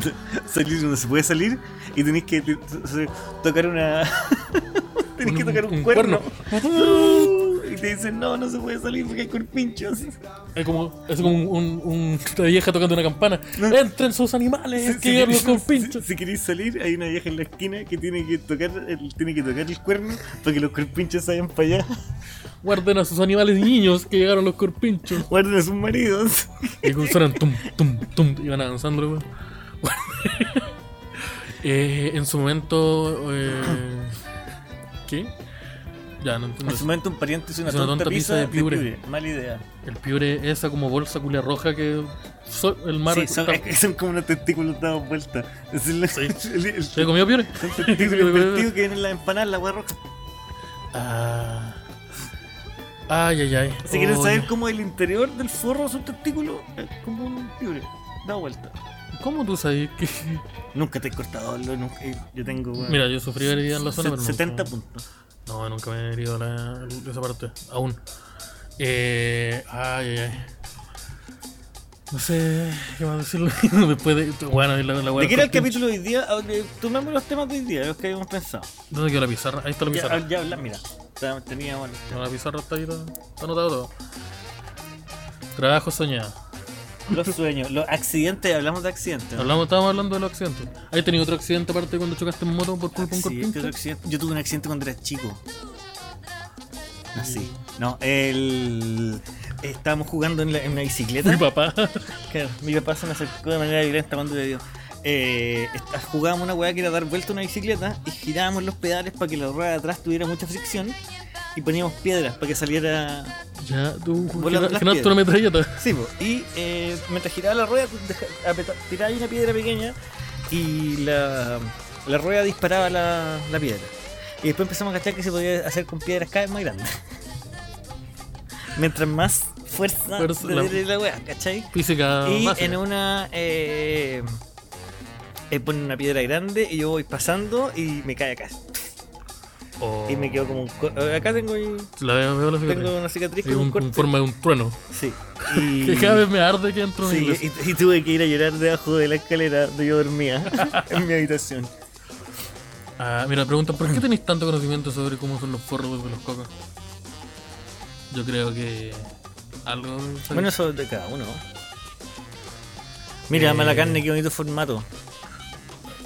Speaker 3: Salir no se puede salir y tenés que te- te- tocar una. tenés que tocar un, cuerno. y te dicen, no, no se puede salir porque hay corpinchos.
Speaker 1: Es como, es como un, un- un- una vieja tocando una campana.
Speaker 3: No.
Speaker 1: Entren sus animales,
Speaker 3: Si-
Speaker 1: que
Speaker 3: si
Speaker 1: llegan los
Speaker 3: queréis-
Speaker 1: corpinchos.
Speaker 3: Si, si queréis salir, hay una vieja en la esquina que tiene que tocar el, tiene que tocar el cuerno para que los corpinchos vayan para allá.
Speaker 1: Guarden a sus animales y niños que llegaron los corpinchos.
Speaker 3: Guarden a sus maridos.
Speaker 1: Y cruzaron tum, tum, tum. Iban avanzando, weón. Eh, en su momento. eh, ¿Qué? Ya, no entiendo.
Speaker 3: En su momento un pariente hizo una,
Speaker 1: Es una
Speaker 3: tonta, pizza, de piure. Mala idea.
Speaker 1: El piure, esa como bolsa culia roja que so- el mar.
Speaker 3: sí, son, es que son como unos testículos dados vuelta. Es el, el- el-
Speaker 1: ¿Se comió piure?
Speaker 3: son testículos invertidos que vienen en las empanadas, la hueá roja.
Speaker 1: Ah. Ay, ay, ay.
Speaker 3: Si quieren
Speaker 1: Oh,
Speaker 3: saber
Speaker 1: ya.
Speaker 3: cómo el interior del forro de un testículo, es como un piure. Da vuelta.
Speaker 1: ¿Cómo tú sabes que.?
Speaker 3: Nunca te he cortado, lo- nunca- eh, yo tengo... weón,
Speaker 1: Mira, yo sufrí herida en la zona.
Speaker 3: se-
Speaker 1: pero no-
Speaker 3: 70 puntos.
Speaker 1: No, nunca me he herido la, esa parte, aún. Eh, ay, ay, ay. No sé qué más decirlo después de. Bueno, la, la
Speaker 3: ¿De qué era el
Speaker 1: corpincho.
Speaker 3: capítulo de hoy día? Ah, eh, Tomemos los temas de hoy día, los que habíamos pensado.
Speaker 1: ¿Dónde quedó la pizarra? Ahí está la
Speaker 3: Ya,
Speaker 1: pizarra.
Speaker 3: ah, ya habla, mira. Ta- Teníamos...
Speaker 1: No, la pizarra está ahí, está, está anotado todo. Trabajo soñado.
Speaker 3: Los sueños, los accidentes, hablamos de accidentes. ¿no?
Speaker 1: Hablamos, estábamos hablando de los accidentes. ¿Has tenido otro accidente aparte cuando chocaste en moto por culpa de un
Speaker 3: Accidente,
Speaker 1: corpincho?
Speaker 3: otro accidente. Yo tuve un accidente cuando era chico. Así.
Speaker 1: Mm.
Speaker 3: No, el. Estábamos jugando en, la- en una bicicleta.
Speaker 1: Mi papá.
Speaker 3: Claro, mi papá se me acercó de manera violenta cuando le dio. Eh, esta- jugábamos una weá que era dar vuelta a una bicicleta y girábamos los pedales para que la rueda de atrás tuviera mucha fricción y poníamos piedras para que saliera.
Speaker 1: ya, tú.
Speaker 3: Volando las
Speaker 1: Giraste una metralleta.
Speaker 3: Sí, po. y eh, mientras giraba la rueda, deja- apeta- tiraba ahí una piedra pequeña y la, la rueda disparaba la, la piedra. Y después empezamos a cachar que se podía hacer con piedras cada vez más grandes. Mientras más fuerza,
Speaker 1: Fuerza,
Speaker 3: le
Speaker 1: la-
Speaker 3: diera la weá, ¿cachai?
Speaker 1: Física.
Speaker 3: Y
Speaker 1: básica.
Speaker 3: en una. Eh, eh, ponen una piedra grande y yo voy pasando y me cae acá.
Speaker 1: Oh.
Speaker 3: Y me quedo como un. co- eh, Acá tengo,
Speaker 1: La veo, veo la cicatriz.
Speaker 3: tengo una cicatriz
Speaker 1: Es
Speaker 3: con un
Speaker 1: un,
Speaker 3: corte.
Speaker 1: en forma de un trueno.
Speaker 3: Sí. Y,
Speaker 1: Que cada vez me arde que entro en
Speaker 3: sí,
Speaker 1: inglés.
Speaker 3: y, y tuve que ir a llorar debajo de la escalera donde yo dormía en mi habitación.
Speaker 1: Ah, mira, pregunta, ¿por qué tenéis tanto conocimiento sobre cómo son los forros de los cocos? Yo creo que algo...
Speaker 3: Bueno, eso de cada uno. Mira,
Speaker 1: Eh,
Speaker 3: mala carne, qué bonito formato.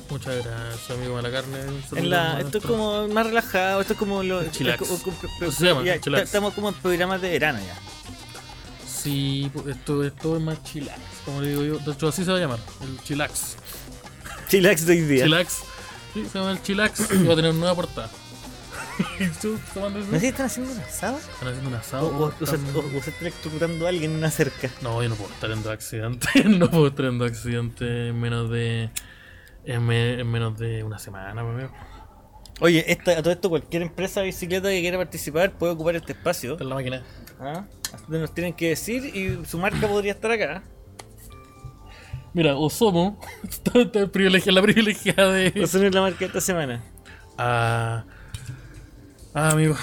Speaker 1: Muchas gracias, amigo Malacarne.
Speaker 3: En la, esto es como más relajado, esto es como lo.
Speaker 1: Chillax.
Speaker 3: es como- como-
Speaker 1: ¿Cómo se llama?
Speaker 3: ya,
Speaker 1: Chillax.
Speaker 3: ya estamos como en programas de verano ya.
Speaker 1: Sí, pu- esto, esto es más chillax, como le digo yo. De hecho, así se va a llamar, el chillax.
Speaker 3: Chillax de hoy día.
Speaker 1: Chillax. Sí, se llama el chillax y va a tener una nueva portada. ¿Y tú tomando eso?
Speaker 3: ¿No sé si están haciendo un asado?
Speaker 1: Están haciendo un
Speaker 3: O,
Speaker 1: asado.
Speaker 3: o, Oh, o se,
Speaker 1: están-
Speaker 3: o- o se está electrocutando a alguien en una cerca.
Speaker 1: No, yo no puedo estar en dos accidentes. no puedo estar en dos accidentes en menos de. En, me- en menos de una semana, weón.
Speaker 3: Oye, esta, a todo esto, cualquier empresa de bicicleta que quiera participar puede ocupar este espacio.
Speaker 1: Está en la máquina.
Speaker 3: ¿Ah? Así que Nos tienen que decir y su marca podría estar acá.
Speaker 1: Mira, Osomo está, está privilegiada, la privilegiada
Speaker 3: Va a
Speaker 1: de.
Speaker 3: ser la marca de esta semana.
Speaker 1: Ah, ah amigo.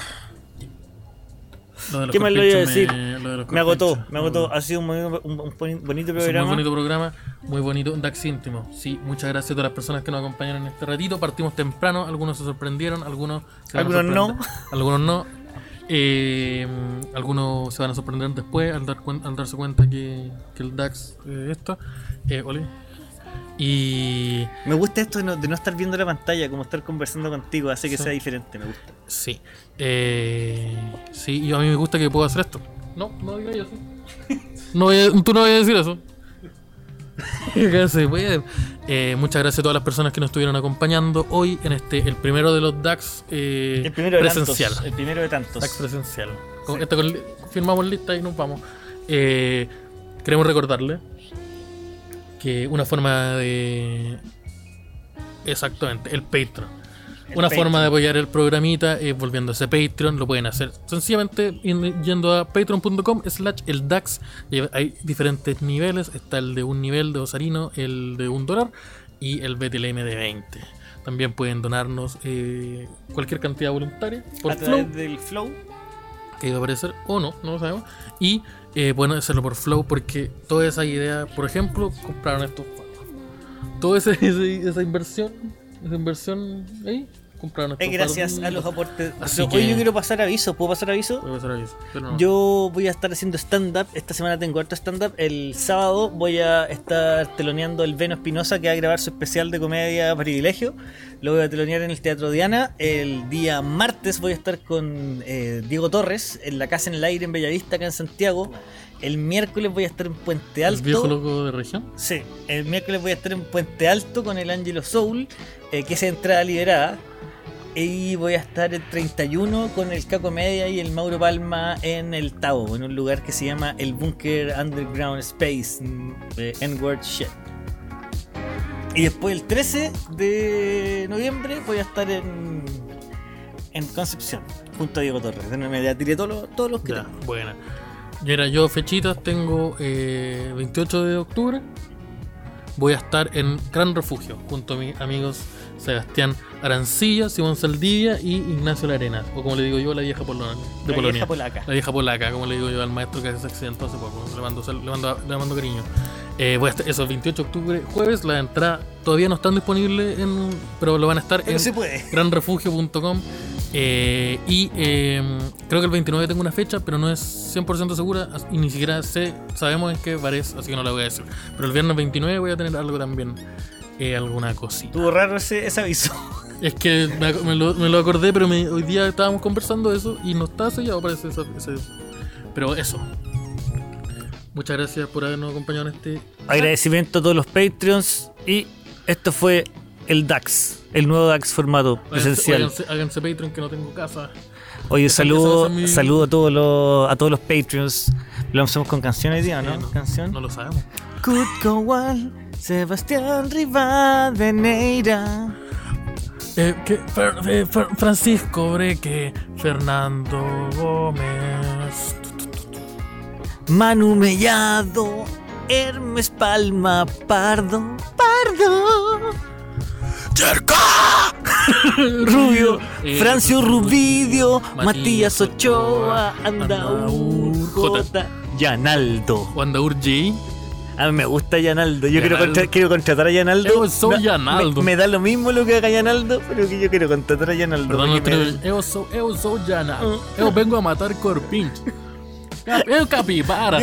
Speaker 1: Lo de los
Speaker 3: ¿Qué más le voy a
Speaker 1: corpinchos
Speaker 3: decir?
Speaker 1: lo de los
Speaker 3: Me agotó,
Speaker 1: corpinchos.
Speaker 3: me agotó. Ha sido un, boni- un- un boni- bonito
Speaker 1: Es un muy
Speaker 3: programa.
Speaker 1: bonito programa, muy bonito, Dax íntimo. Sí, muchas gracias a todas las personas que nos acompañaron en este ratito. Partimos temprano, algunos se sorprendieron, algunos se van a
Speaker 3: Algunos no.
Speaker 1: sorprender- Algunos no. Eh, algunos se van a sorprender después al, dar cuen- al darse cuenta que, que el Dax eh, esto. Eh, ole. Y
Speaker 3: Me gusta esto de no, de no estar viendo la pantalla, como estar conversando contigo, hace que
Speaker 1: Sí.
Speaker 3: sea diferente, me gusta.
Speaker 1: sí. Eh, sí, y a mí me gusta que puedo hacer esto. No, no digas eso. No voy a- tú no vas a decir eso. Ya se puede. Eh, muchas gracias a todas las personas que nos estuvieron acompañando hoy en este, el primero de los DAX eh,
Speaker 3: El primero de
Speaker 1: presencial.
Speaker 3: tantos. El primero de
Speaker 1: DAX
Speaker 3: tantos.
Speaker 1: presencial. Con- esta con- firmamos lista y nos vamos. Eh, queremos recordarle que una forma de. Exactamente, el Patreon.
Speaker 3: El
Speaker 1: Una
Speaker 3: Patreon.
Speaker 1: forma de apoyar el programita es volviéndose Patreon, lo pueden hacer sencillamente in- yendo a patreon.com slash el DAX. Y Hay diferentes niveles, está el de un nivel de Osarino, el de un dólar y el BTLM de 20. También pueden donarnos eh, cualquier cantidad voluntaria por
Speaker 3: a
Speaker 1: Flow,
Speaker 3: través del flow.
Speaker 1: que iba a aparecer o no, no lo sabemos. Y eh, bueno, hacerlo por Flow porque toda esa idea, por ejemplo, compraron estos fondos. Toda esa, esa- esa inversión, esa inversión ahí, compraron estos
Speaker 3: Es gracias a los
Speaker 1: fondos.
Speaker 3: aportes.
Speaker 1: Así
Speaker 3: Hoy
Speaker 1: que-
Speaker 3: yo quiero pasar aviso. ¿Puedo pasar aviso?
Speaker 1: Voy a pasar aviso, pero no.
Speaker 3: Yo voy a estar haciendo stand-up. Esta semana tengo harto stand-up. El sábado voy a estar teloneando el Veno Espinosa que va a grabar su especial de comedia Privilegio. Lo voy a telonear en el Teatro Diana. El día martes voy a estar con eh, Diego Torres en la Casa en el Aire en Bellavista, acá en Santiago. El miércoles voy a estar en Puente
Speaker 1: El
Speaker 3: Alto.
Speaker 1: viejo loco de región.
Speaker 3: Sí, el miércoles voy a estar en Puente Alto con el Angelo Soul, eh, que es entrada liberada. Y voy a estar el 31 con el Caco Media y el Mauro Palma en el Tao, en un lugar que se llama el Bunker Underground Space, mm, eh, N-Word Shit. Y después el 13 de noviembre voy a estar en, en Concepción, junto a Diego Torres. Me la tiré todos los, todos los que
Speaker 1: Ya,
Speaker 3: tengo.
Speaker 1: buena. Y era yo fechitas, tengo eh, 28 de octubre. Voy a estar en Gran Refugio junto a mis amigos Sebastián Arancilla, Simón Saldivia y Ignacio Larenas, o como le digo yo, la vieja polona, de
Speaker 3: La
Speaker 1: Polonia. Eh,
Speaker 3: vieja polaca.
Speaker 1: La vieja polaca, como le digo yo al maestro que se accidentó hace poco. Le mando, sal- le mando- le mando cariño. Eh, voy a estar- eso, 28 de octubre, jueves. La entrada todavía no están disponibles, en, pero lo van a estar
Speaker 3: Pero
Speaker 1: en
Speaker 3: se puede.
Speaker 1: granrefugio.com. eh, y eh, creo que el 29 tengo una fecha, pero no es 100% segura as- y ni siquiera sé, sabemos en qué bar es, así que no la voy a decir. Pero el viernes 29 voy a tener algo también, eh, alguna cosita.
Speaker 3: Tuvo raro ese, ese aviso.
Speaker 1: Es que me, ac- me lo, me lo acordé, pero me- hoy día estábamos conversando de eso y no está sellado, parece. esa- ese- pero eso. Muchas gracias por habernos acompañado en este.
Speaker 3: Agradecimiento a todos los Patreons y esto fue el DAX, el nuevo DAX formato presencial.
Speaker 1: Háganse, háganse Patreon que no tengo casa.
Speaker 3: Oye,
Speaker 1: Esa-
Speaker 3: saludo,
Speaker 1: esa es mi-
Speaker 3: saludo a todos los a todos los Patreons. Lo lanzamos con canciones, día, Ah, ¿no?
Speaker 1: Eh, no,
Speaker 3: Canción.
Speaker 1: No lo sabemos.
Speaker 3: Kurt Kowal, Sebastián Rivadeneira.
Speaker 1: Eh, que Fer- eh, Fer- Francisco Breque, Fernando Gómez.
Speaker 3: Manu Mellado, Hermes Palma, Pardo, Pardo, Rubio,
Speaker 1: Eh,
Speaker 3: Francio Rubidio,
Speaker 1: Matías
Speaker 3: Matías Ochoa,
Speaker 1: Ochoa,
Speaker 3: Andaur,
Speaker 1: Andaur,
Speaker 3: Jota, Yanaldo.
Speaker 1: Wanda Urgi.
Speaker 3: A mí me gusta Yanaldo, yo quiero,
Speaker 1: Yanaldo.
Speaker 3: contra- quiero contratar a Yanaldo.
Speaker 1: Yo soy Yanaldo.
Speaker 3: Me, me da lo mismo lo que haga Yanaldo, pero que yo quiero contratar a Yanaldo.
Speaker 1: Perdón, no
Speaker 3: porque me-
Speaker 1: tengo- eu sou, eu sou Jana. Eu vengo a matar corpincho. Cap- Eu capibara.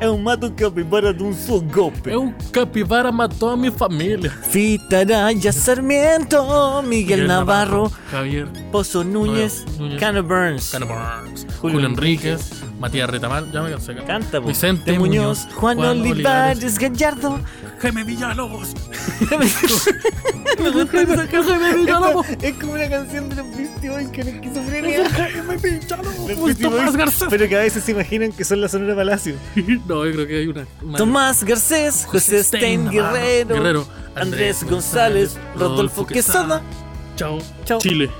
Speaker 3: É um mato capibara de um só golpe.
Speaker 1: É o capivara matou a minha família.
Speaker 3: Fitaraya Sarmiento, Miguel, Navarro,
Speaker 1: Javier.
Speaker 3: Pozo Núñez,
Speaker 1: Núñez.
Speaker 3: Cano Burns,
Speaker 1: Cano Barnes,
Speaker 3: Julio
Speaker 1: Julio, Enríquez, Matías Retamal, ya me cansé.
Speaker 3: Canta, po.
Speaker 1: Vicente
Speaker 3: De
Speaker 1: Muñoz,
Speaker 3: Juan, Olivares, Gallardo.
Speaker 1: Jaime Villalobos.
Speaker 3: Me gusta esa canción.
Speaker 1: Jaime Villalobos.
Speaker 3: Es, como una canción de los Beastie Boys con esquizofrenia.
Speaker 1: Jaime
Speaker 3: Los
Speaker 1: Villalobos.
Speaker 3: Beastie
Speaker 1: Tomás
Speaker 3: Boys,
Speaker 1: Garcés.
Speaker 3: Pero que a veces se imaginan que son la Sonora Palacio.
Speaker 1: No, yo creo que hay una. una-
Speaker 3: Tomás Garcés, José Stein
Speaker 1: Navarro,
Speaker 3: Guerrero,
Speaker 1: Guerrero,
Speaker 3: Andrés González, Rodolfo Quesada.
Speaker 1: Chao.
Speaker 3: Chao.
Speaker 1: Chile.